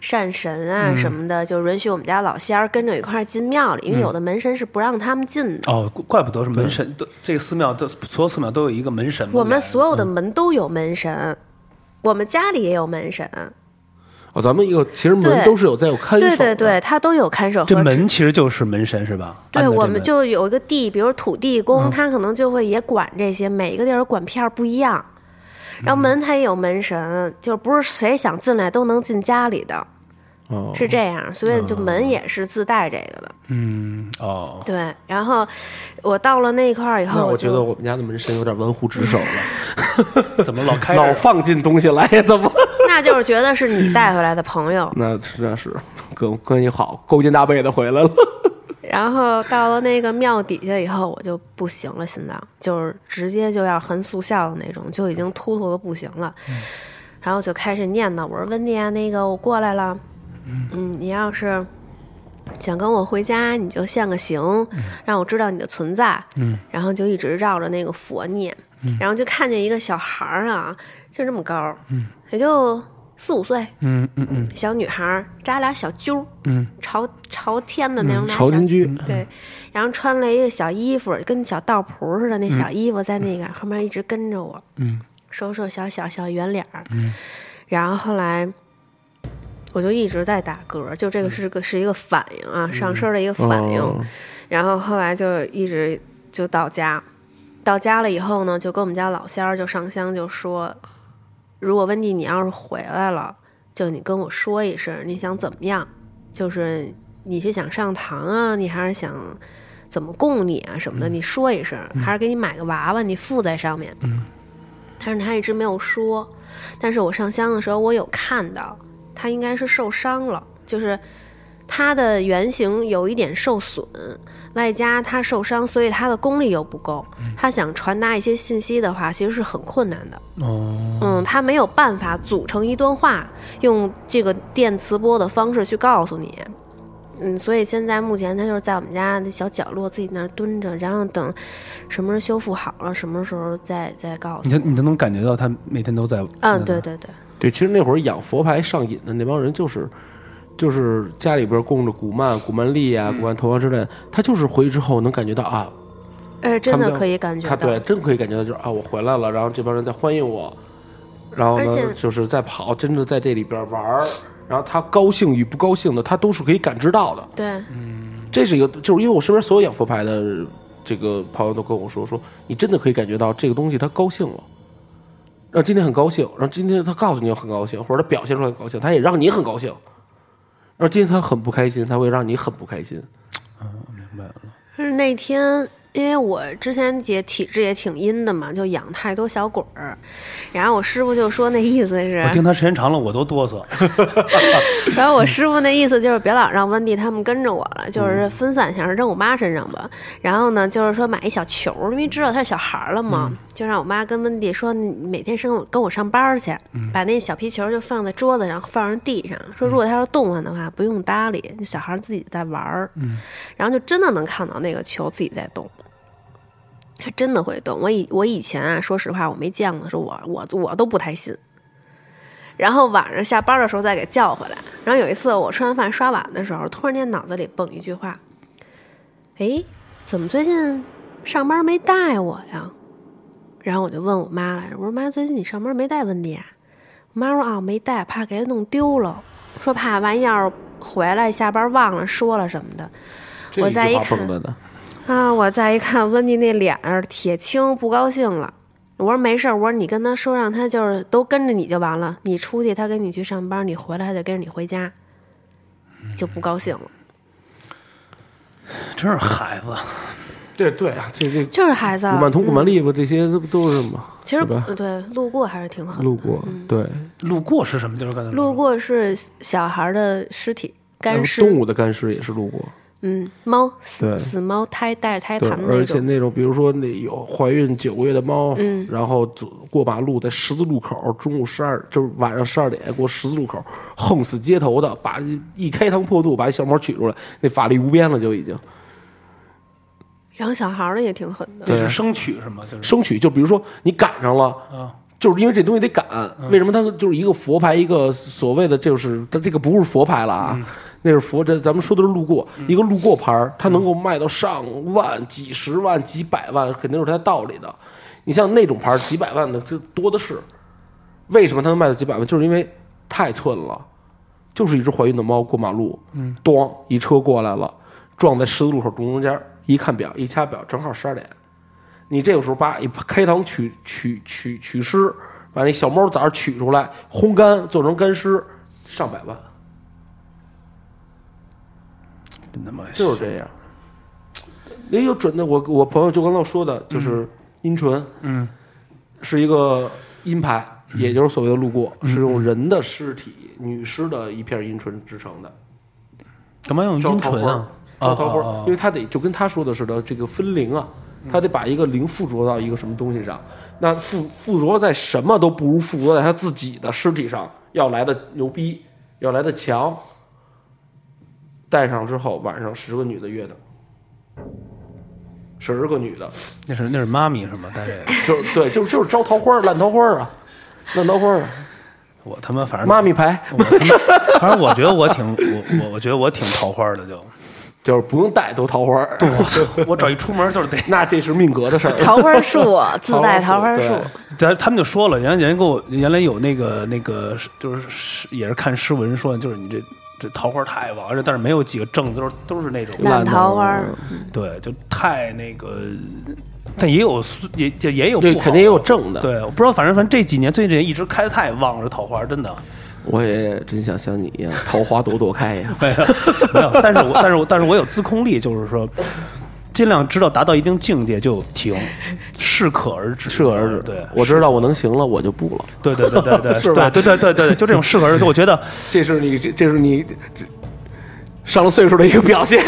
Speaker 3: 善神啊什么的，就允许我们家老仙儿跟着一块儿进庙里，因为有的门神是不让他们进的。
Speaker 1: 哦，怪不得是门神，都这个寺庙都所有寺庙都有一个门神嘛。
Speaker 3: 我们所有的门都有门神，我们家里也有门神，
Speaker 2: 哦，咱们有其实门
Speaker 3: 对
Speaker 2: 都是有在有看守
Speaker 3: 对
Speaker 2: 的，
Speaker 3: 对对，他都有看守
Speaker 1: 这
Speaker 3: 和
Speaker 1: 门其实就是门神是吧？
Speaker 3: 对
Speaker 1: 按的这
Speaker 3: 我们
Speaker 1: 门
Speaker 3: 就有一个地，比如土地公，他可能就会也管这些，每一个地儿管片儿不一样。然后门他也有门神，就不是谁想进来都能进家里的，
Speaker 2: 哦，
Speaker 3: 是这样，所以就门也是自带这个的。
Speaker 1: 嗯哦，
Speaker 3: 对，然后我到了那块儿以
Speaker 2: 那
Speaker 3: 后，
Speaker 2: 我觉
Speaker 3: 就
Speaker 2: 得我们家的门神有点 玩忽职守了，
Speaker 1: 怎么老开着
Speaker 2: 哦老放进东西来，怎么？
Speaker 3: 那就是觉得是你带回来的朋友，
Speaker 2: 那那是跟跟你好，勾肩搭背的回来了。
Speaker 3: 然后到了那个庙底下以后，我就不行了，心脏就是直接就要含速效的那种，就已经突突的不行了。然后就开始念叨：“我说温迪啊，那个我过来了，嗯，你要是想跟我回家，你就现个形，让我知道你的存在。”嗯，然后就一直绕着那个佛念，然后就看见一个小孩儿啊，就这么高，嗯，也就四五岁，
Speaker 1: 嗯嗯嗯
Speaker 3: 小女孩儿扎俩小揪儿，
Speaker 1: 嗯，
Speaker 3: 朝朝天的那种俩
Speaker 2: 朝
Speaker 3: 小
Speaker 2: 天居，
Speaker 3: 嗯对，然后穿了一个小衣服，跟小道仆似的那小衣服，在那个、后面一直跟着我，嗯，瘦瘦小小小圆脸儿，嗯，然后后来我就一直在打嗝，就这个是个是一个反应啊，上身的一个反应，
Speaker 2: 哦
Speaker 3: 然后后来就一直就到家，到家了以后呢，就跟我们家老仙儿就上香就说，如果温蒂你要是回来了，就你跟我说一声，你想怎么样？就是你是想上堂啊，你还是想怎么供你啊什么的，你说一声，还是给你买个娃娃，你附在上面。嗯，但是他一直没有说，但是我上香的时候我有看到，他应该是受伤了，就是。他的原型有一点受损，外加他受伤，所以他的功力又不够。他想传达一些信息的话，其实是很困难的。
Speaker 1: 哦，
Speaker 3: 嗯，他没有办法组成一段话，用这个电磁波的方式去告诉你。嗯，所以现在目前他就是在我们家的小角落自己那儿蹲着，然后等什么时候修复好了，什么时候再再告诉
Speaker 1: 你
Speaker 3: 你。
Speaker 1: 就你就能感觉到他每天都在
Speaker 3: 嗯，对对对，
Speaker 2: 对，其实那会儿养佛牌上瘾的那帮人就是。就是家里边供着古曼、古曼丽啊、
Speaker 3: 嗯
Speaker 2: 古曼头发之类的，他就是回去之后能感觉到啊，
Speaker 3: 哎，
Speaker 2: 他
Speaker 3: 真
Speaker 2: 们
Speaker 3: 的
Speaker 2: 都
Speaker 3: 可以感觉
Speaker 2: 他
Speaker 3: 到
Speaker 2: 对。真可以感觉到就是啊，我回来了，然后这帮人在欢迎我，然后
Speaker 3: 而
Speaker 2: 呢
Speaker 3: 且
Speaker 2: 就是在跑，真的在这里边玩儿，然后他高兴与不高兴的，他都是可以感知到的。
Speaker 3: 对，
Speaker 2: 这是一个，就是因为我身边所有养佛牌的这个朋友都跟我说，说你真的可以感觉到这个东西他高兴了，然后今天很高兴，然后今天他告诉你很高兴，或者他表现出来很高兴，他也让你很高兴。然后今天他很不开心，他会让你很不开心。
Speaker 3: 就是那天，因为我之前也体质也挺阴的嘛，就养太多小鬼儿，然后我师傅就说那意思是
Speaker 1: 我，盯他时间长了，我都哆嗦。
Speaker 3: 然后我师傅那意思就是别老让温蒂他们跟着我了，就是分散一下，扔我妈身上吧。然后呢，就是说买一小球儿，因为知道他是小孩儿了嘛，就让我妈跟温蒂说，你每天上跟我上班儿去，把那小皮球儿就放在桌子上，放上地上，说如果他要动弹的话，不用搭理，小孩儿自己在玩儿。然后就真的能看到那个球自己在动。它真的会动，我以我以前啊，说实话，我没见过的时候，我我我都不太信。然后晚上下班的时候再给叫回来。然后有一次我吃完饭刷碗的时候，突然间脑子里蹦一句话：“哎，怎么最近上班没带我呀。然后我就问我妈来着，我说妈，最近你上班没带温迪啊？我妈说啊，没带，怕给他弄丢了，说怕万一要是回来下班忘了说了什么的。
Speaker 2: 这
Speaker 3: 我再一
Speaker 2: 句话
Speaker 3: 看
Speaker 2: 蹦跶的，
Speaker 3: 啊！我再一看温迪那脸儿铁青，不高兴了。我说没事儿，我说你跟他说，让他就是都跟着你就完了。你出去，他跟你去上班，你回来还得跟着你回家，就不高兴了。
Speaker 1: 真是孩子，
Speaker 2: 对对啊，这这
Speaker 3: 就是孩子啊，
Speaker 2: 古曼童、古曼丽吧，这些这不都是吗？
Speaker 3: 其实
Speaker 2: 对吧嗯
Speaker 3: 呃对路过还是挺狠的。
Speaker 2: 路过，对，
Speaker 1: 路过是什么？就是刚才说的
Speaker 3: 路过是小孩的尸体
Speaker 2: 然
Speaker 3: 干
Speaker 2: 后呃动
Speaker 3: 尸，
Speaker 2: 物的干尸也是路过，
Speaker 3: 嗯，猫死
Speaker 2: 对
Speaker 3: 死猫胎带着胎
Speaker 2: 对
Speaker 3: 盘的，
Speaker 2: 而
Speaker 3: 那
Speaker 2: 且
Speaker 3: 种，
Speaker 2: 那种比如说那有怀孕九个月的猫，
Speaker 3: 嗯
Speaker 2: 然后走过马路，在十字路口中午十二就是晚上十二点过十字路口横死街头的，把一开膛破肚把一小猫取出来，那法力无边了就已经。
Speaker 3: 养小孩的也挺狠的。
Speaker 1: 这是生曲是吗？就是
Speaker 2: 生取就比如说你赶上了，
Speaker 1: 啊，嗯
Speaker 2: 就是因为这东西得赶，为什么它就是一个佛牌，一个所谓的就是它这个不是佛牌了啊，
Speaker 1: 嗯
Speaker 2: 那是佛，这咱们说的是路过，一个路过牌儿，它能
Speaker 1: 嗯
Speaker 2: 够卖到上万、几十万、几百万，肯定是有它的道理的。你像那种牌儿，几百万的这多的是，为什么它能卖到几百万？就是因为太寸了，就是一只怀孕的猫过马路，嗯，咣一车过来了，撞在十字路口中间儿，一看表一掐表，正好十二点。你这个时候把一开膛取取取取尸，把那小猫崽儿取出来，烘干做成干尸，上百万，
Speaker 1: 真他妈
Speaker 2: 就是这样。也哎有准的，我我朋友就刚才我说的，就是阴唇，嗯，是一个阴牌，也就是所谓的路过，是用人的尸体、女尸的一片阴唇制成的，
Speaker 1: 干嘛用
Speaker 2: 招
Speaker 1: 阴
Speaker 2: 桃
Speaker 1: 唇
Speaker 2: 花
Speaker 1: 啊
Speaker 2: 儿？，招桃花
Speaker 1: 啊啊啊
Speaker 2: 儿，因为他得就跟他说的似的，这个分灵啊，
Speaker 1: 嗯
Speaker 2: 他得把一个灵附着到一个什么东西上，那附附着在什么都不如附着在他自己的尸体上要来的牛逼，要来的强。戴上之后，晚上十个女的约的，十个女的，
Speaker 1: 那是那是妈咪是吗？但是
Speaker 2: 就是对，就是就是招桃花儿烂桃花儿啊，烂桃花儿啊，
Speaker 1: 我他妈反正
Speaker 2: 妈咪牌，
Speaker 1: 我他妈反正我觉得我挺我我我觉得我挺桃花的，就
Speaker 2: 就是不用戴都桃花儿，
Speaker 1: 我操，我只要一出门就是得。
Speaker 2: 那这是命格的事儿。
Speaker 3: 桃花树自带桃花
Speaker 2: 对
Speaker 3: 树，
Speaker 1: 咱他们就说了，原来人家跟我原来有那个那个就是是也是看诗文说，就是你这这桃花太旺，而且但是没有几个正，都是都是那种
Speaker 3: 烂
Speaker 2: 烂
Speaker 3: 桃花
Speaker 2: 桃花
Speaker 3: 儿，
Speaker 1: 对，就太那个，但也有也也也有不
Speaker 2: 对，
Speaker 1: 好
Speaker 2: 肯定也有正的。
Speaker 1: 对，我不知道，反正反正这几年最近一直开的太旺了，这桃花真的
Speaker 2: 我也真想像你一样， 桃花朵朵开呀。
Speaker 1: 没有没有，但是我但是我但是我有自控力，就是说尽量知道达到一定境界就停，适可而止，
Speaker 2: 适可而止。
Speaker 1: 对，
Speaker 2: 我知道我能行了，我就不了。
Speaker 1: 对对对对对
Speaker 2: 是吧
Speaker 1: 对对对对对，就这种适可而止，我觉得
Speaker 2: 这是你，这这是你这上了岁数的一个表现。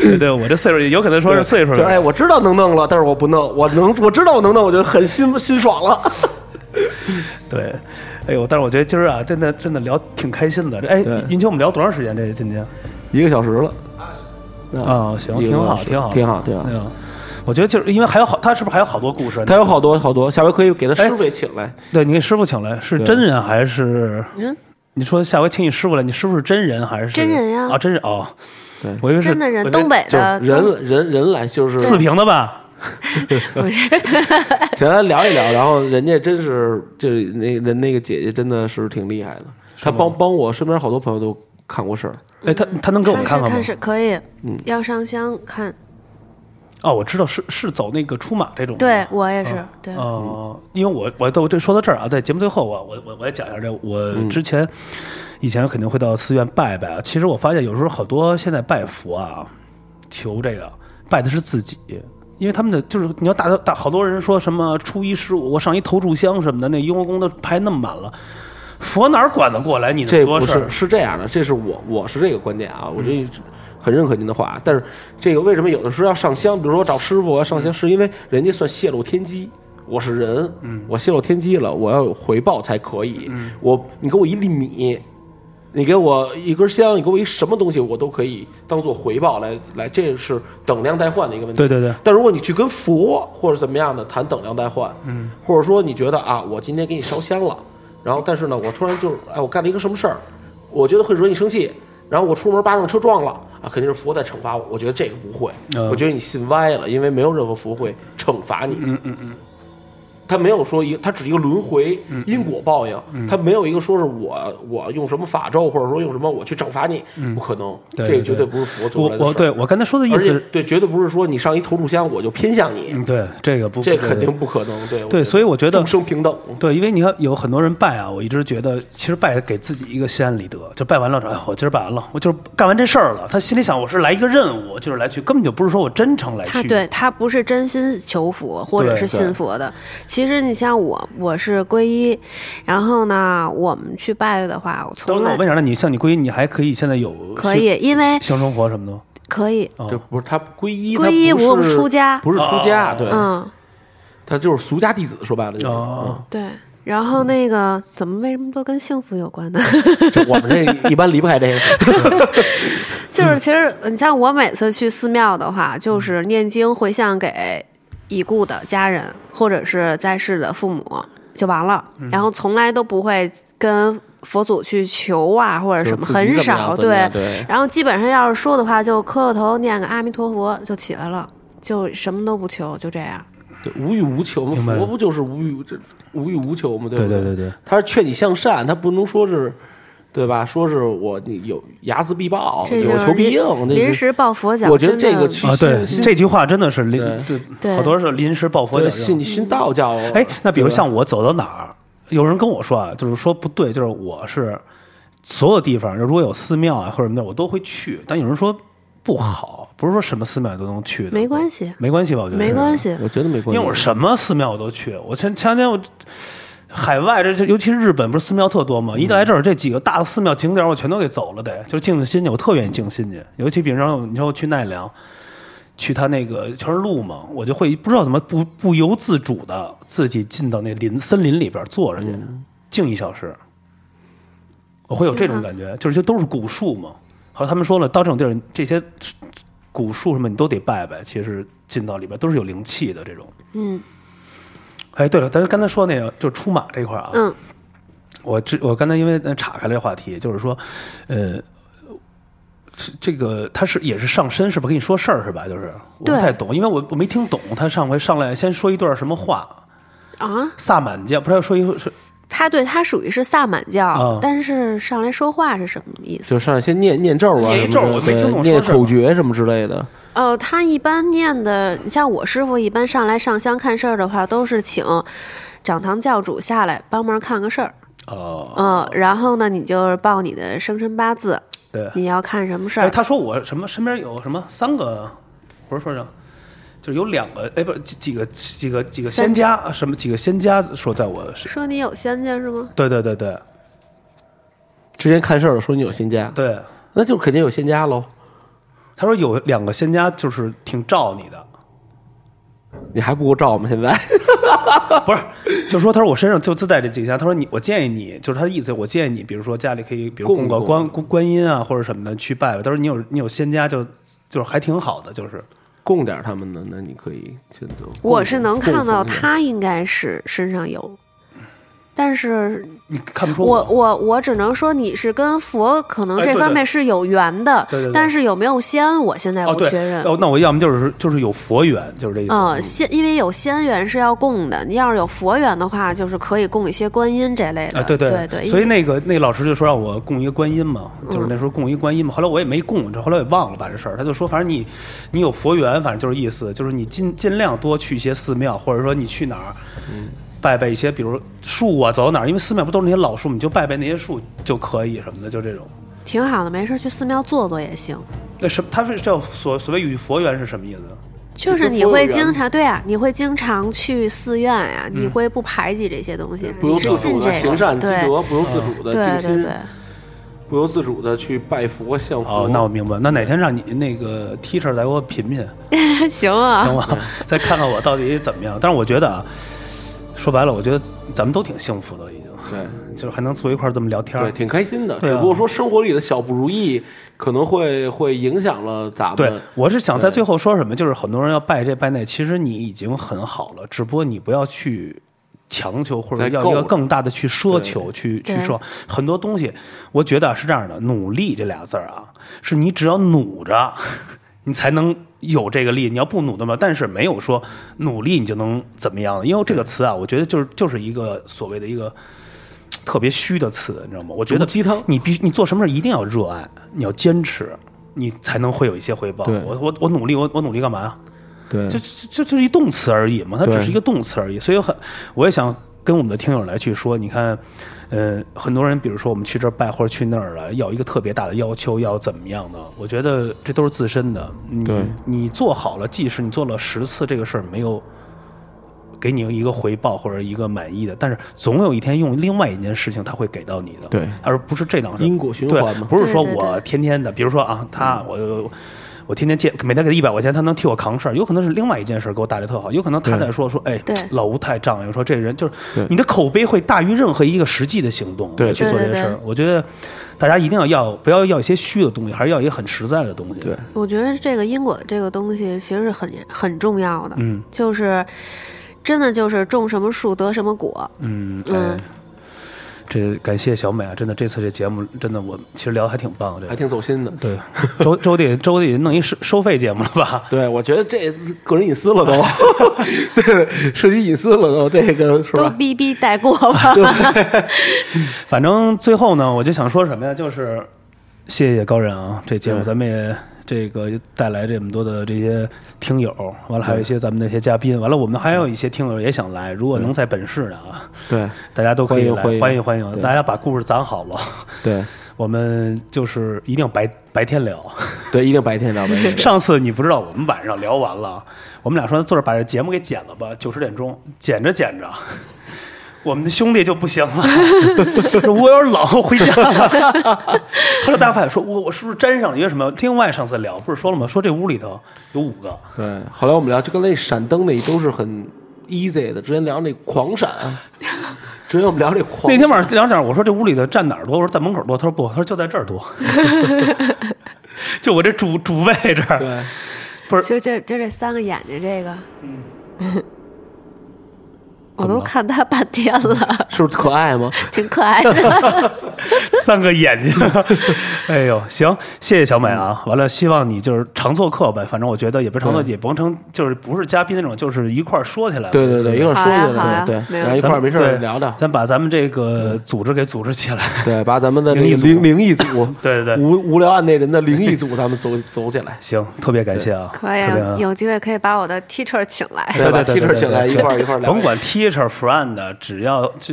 Speaker 1: 对对，我这岁数有可能说是岁数
Speaker 2: 就是哎，
Speaker 1: 了，
Speaker 2: 我知道能弄了，但是我不弄。我能，我知道我能弄，我就很心 心爽了。
Speaker 1: 对。哎呦，但是我觉得今儿啊，真的真的聊挺开心的。这哎
Speaker 2: 对，
Speaker 1: 云秋，我们聊多长时间？这今天？
Speaker 2: 一个小时了。
Speaker 1: 啊，行，
Speaker 2: 一个
Speaker 1: 挺
Speaker 2: 多小
Speaker 1: 好，
Speaker 2: 时
Speaker 1: 挺好，
Speaker 2: 挺好，挺好。
Speaker 1: 嗯，我觉得就是因为还有好，他是不是还有好多故事？啊
Speaker 2: 他有好多好多，下回可以给他
Speaker 1: 哎
Speaker 2: 师傅也请来。
Speaker 1: 对你给师傅请来是
Speaker 2: 对
Speaker 1: 真人还是？
Speaker 3: 嗯，
Speaker 1: 你说下回请你师傅来，你师傅是真人还是
Speaker 3: 真人呀
Speaker 1: 啊，真人哦
Speaker 2: 对，
Speaker 1: 我以为是
Speaker 3: 真的
Speaker 1: 我
Speaker 3: 人，
Speaker 1: 以为
Speaker 3: 东北
Speaker 2: 就是
Speaker 3: 的东
Speaker 2: 人人人来，就是
Speaker 1: 四平的吧？
Speaker 3: 不是
Speaker 2: 简单聊一聊，然后人家真是，这那人那个姐姐真的是挺厉害的，她帮帮我身边好多朋友都看过事儿，
Speaker 1: 哎，他他能给我们看嗯
Speaker 3: 看
Speaker 1: 看吗
Speaker 3: 是？是可以，要上香看，
Speaker 1: 哦，我知道是是走那个出马这种的。
Speaker 3: 对我也是
Speaker 1: 嗯，
Speaker 3: 对，
Speaker 1: 哦、因为我我都这说到这儿啊，在节目最后啊，我我我也讲一下这，我
Speaker 2: 嗯
Speaker 1: 之前、以前肯定会到寺院拜拜啊。其实我发现有时候好多现在拜佛啊，求这个拜的是自己，因为他们的就是你要大大好多人说什么初一十五我上一投炷香什么的，那雍和宫都排那么满了，佛哪儿管得过来你那
Speaker 2: 这
Speaker 1: 么多
Speaker 2: 不
Speaker 1: 事
Speaker 2: 是
Speaker 1: 儿？啊嗯
Speaker 2: 是这样的，这是我我是这个观点啊，我这很认可您的话，但是这个为什么有的时候要上香？比如说我找师傅我啊要上
Speaker 1: 嗯
Speaker 2: 香，是因为人家算泄露天机，我是人，
Speaker 1: 嗯
Speaker 2: 我泄露天机了，我要有回报才可以。我你给我一粒米，你给我一根香，你给我一什么东西，我都可以当做回报来来，这是等量代换的一个问题。
Speaker 1: 对对对，
Speaker 2: 但如果你去跟佛或者怎么样的谈等量代换，嗯，或者说你觉得啊，我今天给你烧香了，然后但是呢，我突然就是哎，我干了一个什么事儿，我觉得会惹你生气，然后我出门叭让车撞了啊，肯定是佛在惩罚我。我觉得这个不会，
Speaker 1: 嗯
Speaker 2: 我觉得你信歪了，因为没有任何佛会惩罚你。嗯嗯嗯，他没有说一个，他只是一个轮回
Speaker 1: 嗯
Speaker 2: 因果报应，他没有一个说是我我用什么法咒或者说用什么我去惩罚你，不可能，
Speaker 1: 对
Speaker 2: 这
Speaker 1: 嗯对
Speaker 2: 个绝
Speaker 1: 对
Speaker 2: 对不是佛做
Speaker 1: 我
Speaker 2: 出来的
Speaker 1: 我
Speaker 2: 事儿
Speaker 1: 对我刚才说的意
Speaker 2: 而
Speaker 1: 思
Speaker 2: 且
Speaker 1: 是，
Speaker 2: 对，绝对不是说你上一投注箱我就偏向你，
Speaker 1: 嗯，对这个不
Speaker 2: 这
Speaker 1: 不
Speaker 2: 肯定不可能。对
Speaker 1: 对，所以我觉
Speaker 2: 以
Speaker 1: 得
Speaker 2: 众生平等，
Speaker 1: 对，因为你看有很多人拜啊，我一直觉得其实拜给自己一个心安理得，就拜完了，哎，我今儿拜完了，我就是干完这事儿了。他心里想，我是来一个任务，就是来去，根本就不是说我真诚来
Speaker 3: 他
Speaker 1: 去。
Speaker 3: 对他不是真心求佛或者
Speaker 1: 对
Speaker 3: 是信
Speaker 1: 对
Speaker 3: 佛的。其实你像我，我是皈依，然后呢，我们去拜的话，我
Speaker 1: 等
Speaker 3: 从
Speaker 1: 等，
Speaker 3: 来
Speaker 1: 我问一下，那你像你皈依，你还可以现在有
Speaker 3: 可以，因为
Speaker 1: 香生活什么的吗？
Speaker 3: 可以
Speaker 1: 哦
Speaker 2: 这不是他皈依，
Speaker 3: 皈依，
Speaker 2: 他不
Speaker 3: 我们
Speaker 2: 是
Speaker 3: 出家，
Speaker 2: 不是出家，对，
Speaker 3: 嗯，
Speaker 2: 他就是俗家弟子，说白了就是。
Speaker 1: 哦
Speaker 2: 嗯
Speaker 3: 对。然后那个怎么为什么都跟幸福有关呢？
Speaker 2: 嗯就我们 这一般离不开这个，嗯
Speaker 3: 就是其实你像我每次去寺庙的话，就是念经回向给已故的家人或者是在世的父母就完了，
Speaker 2: 嗯
Speaker 3: 然后从来都不会跟佛祖去求啊或者什
Speaker 2: 就是
Speaker 3: 么，
Speaker 2: 自己
Speaker 3: 很
Speaker 2: 怎么样
Speaker 3: 少
Speaker 2: 怎么
Speaker 3: 对
Speaker 2: 样。对，
Speaker 3: 然后基本上要是说的话，就磕个头，念个阿弥陀佛就起来了，就什么都不求，就这样。
Speaker 2: 对无欲无求嘛，
Speaker 1: 明白了
Speaker 2: 佛不就是无欲这无欲无求嘛，对不
Speaker 1: 对对
Speaker 2: 对
Speaker 1: 对对，
Speaker 2: 他是劝你向善，他不能说是，对吧？说是我你有睚眦必报，
Speaker 3: 这
Speaker 2: 有
Speaker 3: 就
Speaker 2: 哦求
Speaker 3: 是
Speaker 2: 必
Speaker 3: 临
Speaker 2: 应，那
Speaker 3: 临
Speaker 2: 个
Speaker 3: 时抱佛脚，
Speaker 2: 我觉得
Speaker 3: 真
Speaker 2: 这
Speaker 3: 的
Speaker 2: 个去
Speaker 1: 啊对，
Speaker 2: 信
Speaker 1: 这句话真的是临
Speaker 2: 对
Speaker 1: 对，
Speaker 3: 对
Speaker 1: 好多是临时抱佛脚
Speaker 2: 对
Speaker 1: 用。
Speaker 2: 信信道教。
Speaker 1: 哎，那比如
Speaker 2: 对吧
Speaker 1: 像我走到哪儿，有人跟我说啊，就是说不对，就是我是所有地方，如果有寺庙啊或者什么的，我都会去。但有人说不好，不是说什么寺庙都能去的，
Speaker 3: 没关系，
Speaker 1: 没关系吧？我觉得
Speaker 3: 没关，系。
Speaker 2: 我觉得没关
Speaker 1: 因为
Speaker 2: 系，
Speaker 1: 我什么寺庙我都去。我前前两天我海外这这，尤其是日本，不是寺庙特多吗？一来这儿这几个大的寺庙景点我全都给走了，得就是静静心去，我特愿意静心去。尤其比如说你说我去奈良。去他那个全是路嘛，我就会不知道怎么不不由自主的自己进到那林森林里边坐着去，静一小时，我会有这种感觉，就是这都是古树嘛。好，他们说了，到这种地儿，这些古树什么你都得拜拜，其实进到里边都是有灵气的这种。
Speaker 3: 嗯
Speaker 1: 哎，对了，咱刚才说那个就出马这块儿啊，
Speaker 3: 嗯，
Speaker 1: 我之我刚才因为呃岔开了这话题，就是说，呃，是这个他是也是上身是吧？跟你说事儿是吧？就是我不
Speaker 3: 对
Speaker 1: 太懂，因为我我没听懂他上回上来先说一段什么话，
Speaker 3: 啊，
Speaker 1: 萨满教不是要说一是
Speaker 3: 他对他属于是萨满教，
Speaker 1: 啊
Speaker 3: 但是上来说话是什么意思？
Speaker 2: 就上来先念念咒啊，
Speaker 1: 念一咒
Speaker 2: 什么的
Speaker 1: 我没听懂
Speaker 2: 对念
Speaker 1: 说什么
Speaker 2: 口诀什么之类的。
Speaker 3: 呃，他一般念的，你像我师傅一般上来上香看事儿的话，都是请掌堂教主下来帮忙看个事儿，
Speaker 1: 哦，
Speaker 3: 嗯、然后呢，你就是报你的生辰八字，
Speaker 1: 对，
Speaker 3: 你要看什么事
Speaker 1: 哎，
Speaker 3: 儿，
Speaker 1: 他说我什么身边有什么三个，不是说什么，就是有两个哎不是几几个几个几个仙
Speaker 3: 三
Speaker 1: 家什么几个仙家说在我身，
Speaker 3: 说你有仙家是吗？
Speaker 1: 对对对对
Speaker 2: 之前看事儿的说你有仙家，
Speaker 1: 对，
Speaker 2: 那就肯定有仙家喽。
Speaker 1: 他说有两个仙家就是挺罩你的。
Speaker 2: 你还不够照吗？现在
Speaker 1: 不是，就说他说我身上就自带这几项，他说你我建议你，就是他的意思，我建议你，比如说家里可以，比如供
Speaker 2: 供
Speaker 1: 个
Speaker 2: 供
Speaker 1: 观观观音啊或者什么的去拜拜。他说你有你有仙家就就是还挺好的，就是
Speaker 2: 供点他们呢，那你可以选择。
Speaker 3: 我是能看到
Speaker 2: 供奉一下，
Speaker 3: 他应该是身上有，但是
Speaker 1: 你看不出
Speaker 3: 我我我只能说你是跟佛可能
Speaker 1: 哎
Speaker 3: 这
Speaker 1: 对
Speaker 3: 方
Speaker 1: 对
Speaker 3: 面是有缘的，
Speaker 1: 对对对
Speaker 3: 但是有没有仙，我现在
Speaker 1: 哦
Speaker 3: 不
Speaker 1: 对
Speaker 3: 确认。
Speaker 1: 哦，那我要么就是就是有佛缘，就是这意思。
Speaker 3: 嗯，仙因为有仙缘是要供的，你要是有佛缘的话，就是可以供一些观音这类的。
Speaker 1: 啊，对
Speaker 3: 对
Speaker 1: 所以那个那老师就说让我供一个观音嘛，就是那时候供一观音嘛。后来我也没供，这后来我也忘了把这事儿。他就说，反正你你有佛缘，反正就是意思就是你尽尽量多去一些寺庙，或者说你去哪儿。拜拜一些，比如树啊，走到哪儿，因为寺庙不都是那些老树，你就拜拜那些树就可以什么的，就这种。
Speaker 3: 挺好的，没事去寺庙坐坐也行。
Speaker 1: 那什么，他是叫所所谓与佛缘是什么意思？
Speaker 3: 就是
Speaker 2: 跟
Speaker 3: 你
Speaker 2: 佛有
Speaker 3: 会
Speaker 2: 缘嗯
Speaker 3: 经常对啊，你会经常去寺院呀、你会不排挤这些东西啊，
Speaker 2: 不由
Speaker 3: 你是
Speaker 2: 自主
Speaker 3: 信这
Speaker 2: 的行
Speaker 3: 个
Speaker 2: 善积
Speaker 3: 对
Speaker 2: 德，不由自主的静
Speaker 3: 对对
Speaker 2: 心
Speaker 3: 对，，
Speaker 2: 不由自主的去拜佛向佛。
Speaker 1: 哦，那我明白。那哪天让你那个 teacher 再给我品品，
Speaker 3: 行啊，
Speaker 1: 行 吧？再看看我到底怎么样。但是我觉得啊，说白了，我觉得咱们都挺幸福的了，已经。
Speaker 2: 对
Speaker 1: 就是还能坐一块儿这么聊天儿
Speaker 2: 对，。挺开心的。
Speaker 1: 对啊
Speaker 2: 只不过说生活里的小不如意，可能会会影响了咱
Speaker 1: 对
Speaker 2: 们。，
Speaker 1: 我是想在最后说什么，就是很多人要拜这拜那，其实你已经很好了，只不过你不要去强求，或者
Speaker 2: 在
Speaker 1: 要
Speaker 2: 够
Speaker 1: 要
Speaker 2: 了
Speaker 1: 更大的去奢求、去去
Speaker 3: 对
Speaker 1: 说很多东西。我觉得啊是这样的，努力这俩字儿啊，是你只要努着，你才能有这个力。你要不努的嘛，但是没有说努力你就能怎么样，因为这个词啊，我觉得就是就是一个所谓的一个。特别虚的词，你知道吗？我觉得
Speaker 2: 毒鸡汤
Speaker 1: 你必须你做什么事儿一定要热爱，你要坚持，你才能会有一些回报。
Speaker 2: 对
Speaker 1: 我我我努力，我我努力干嘛呀？啊
Speaker 2: 对
Speaker 1: 就就就是一动词而已嘛，它
Speaker 2: 对
Speaker 1: 只是一个动词而已。所以很，我也想跟我们的听友来去说，你看，呃，很多人比如说我们去这儿拜或者去那儿了，要一个特别大的要求，要怎么样的？我觉得这都是自身的。你
Speaker 2: 对
Speaker 1: 你做好了，即使你做了十次这个事儿没有给你一个回报或者一个满意的，但是总有一天用另外一件事情，它会给到你的。
Speaker 2: 对
Speaker 1: 而不是这档事
Speaker 2: 因果循环
Speaker 1: 对
Speaker 2: 嘛嗯
Speaker 1: 不是说
Speaker 3: 对对
Speaker 1: 我天天的，比如说啊，他我我天天借每天给他一百块钱，他能替我扛事儿，有可能是另外一件事儿给我带来特好，有可能他在说说，哎
Speaker 3: 对，
Speaker 1: 老吴太仗义，说这人就是
Speaker 2: 对
Speaker 1: 你的口碑会大于任何一个实际的行动
Speaker 2: 对
Speaker 1: 来去做这件
Speaker 3: 对对
Speaker 1: 事儿
Speaker 3: 对。
Speaker 1: 我觉得大家一定要要不要要一些虚的东西，还是要一些很实在的东西。
Speaker 2: 对，
Speaker 3: 我觉得这个因果这个东西其实是很很重要的，
Speaker 1: 嗯
Speaker 3: 就是真的就是种什么树得什么果，
Speaker 1: 嗯
Speaker 3: 嗯
Speaker 1: 哎，这感谢小美啊，真的这次这节目真的我其实聊得还挺棒的，这
Speaker 2: 还
Speaker 1: 个
Speaker 2: 挺走心的。
Speaker 1: 对， 周周得周得弄一收收费节目了吧？
Speaker 2: 对，我觉得这个人隐私了都， 对，涉及隐私了都，这个是
Speaker 3: 都
Speaker 2: 吧？
Speaker 3: 逼逼带过 吧。
Speaker 1: 反正最后呢，我就想说什么呀？就是谢谢高人啊，这节目咱们也这个带来这么多的这些听友，完了还有一些咱们那些嘉宾，完了我们还有一些听友也想来，如果能在本市的啊，
Speaker 2: 对
Speaker 1: 大家都可以来
Speaker 2: 欢
Speaker 1: 欢
Speaker 2: 迎欢
Speaker 1: 迎
Speaker 2: 迎
Speaker 1: 欢迎，
Speaker 2: 对
Speaker 1: 大家把故事攒好了，
Speaker 2: 对
Speaker 1: 我们就是一定白白天聊。 啊
Speaker 2: 对，一定白天到白 天。
Speaker 1: 上次你不知道，我们晚上聊完了，我们俩说坐这儿把这节目给剪了吧，九十点钟，剪着剪着。 我们的兄弟就不行了， 说我有点冷，我回家了。 后来大家发现说，我我是不是沾上了一个什么？另外上次聊不是说了吗？说这屋里头有五个，
Speaker 2: 对，后来我们聊，就跟那闪灯那都是很 easy 的。之前聊那狂 闪，之前我们聊这 狂
Speaker 1: 那天晚上聊讲，我说这屋里头站哪儿多？我说在门口多。他说不，他说就在这儿多， 就我这主主位这儿。
Speaker 2: 对，
Speaker 3: 就这就这三个眼睛这个，我
Speaker 1: 嗯怎么
Speaker 3: 都
Speaker 1: 了
Speaker 3: 看他半天了，
Speaker 2: 是不是可爱 吗？
Speaker 3: 挺可 爱的。
Speaker 1: 三个眼睛， 哎呦，行，谢谢小美啊。完了，希望你就是常做客呗，反正我觉得也不是常做，
Speaker 2: 对
Speaker 1: 也甭成就是不是嘉宾那种，就是一块儿说起来。
Speaker 2: 对对对，一块儿说
Speaker 3: 好呀
Speaker 2: 去
Speaker 3: 好
Speaker 2: 了，
Speaker 3: 呀
Speaker 2: 对，
Speaker 3: 没
Speaker 2: 然后
Speaker 1: 咱
Speaker 2: 一块儿没事
Speaker 1: 对
Speaker 2: 儿聊聊，
Speaker 1: 咱把咱们这个组织给组织起 来。
Speaker 2: 对，把咱们的
Speaker 1: 灵异
Speaker 2: 这个
Speaker 1: 组
Speaker 2: 灵灵异组，
Speaker 1: 对对对，
Speaker 2: 无无聊案内人的灵异组，咱们走 走起来，
Speaker 1: 行，特别感谢啊，
Speaker 3: 可以
Speaker 1: 特别啊
Speaker 3: 有有机会可以把我的 teacher 请来。
Speaker 1: 对
Speaker 2: 把
Speaker 1: 对对
Speaker 2: T 恤起来，
Speaker 1: 对对
Speaker 2: 一块儿一块儿聊
Speaker 1: 甭，管 teacher friend，只要就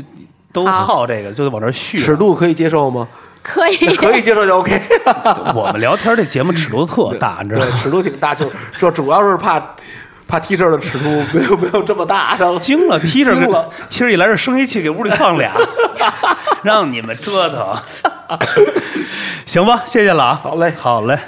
Speaker 1: 都
Speaker 3: 好
Speaker 1: 好这个，就往这儿续啊。
Speaker 2: 尺度可以接受吗？
Speaker 3: 可以，
Speaker 2: 可以接受就 OK。
Speaker 1: 我们聊天这节目尺度特大，你知道
Speaker 2: 对，
Speaker 1: 吗？
Speaker 2: 尺度挺大，就就主要是怕怕 T 恤的尺度没有没有这么大，然后
Speaker 1: 惊 了，teacher
Speaker 2: 惊了
Speaker 1: 给 teacher 一来这生一气，给屋里放 俩， 让你们折腾。行吧，谢谢了啊。
Speaker 2: 好嘞
Speaker 1: 好嘞。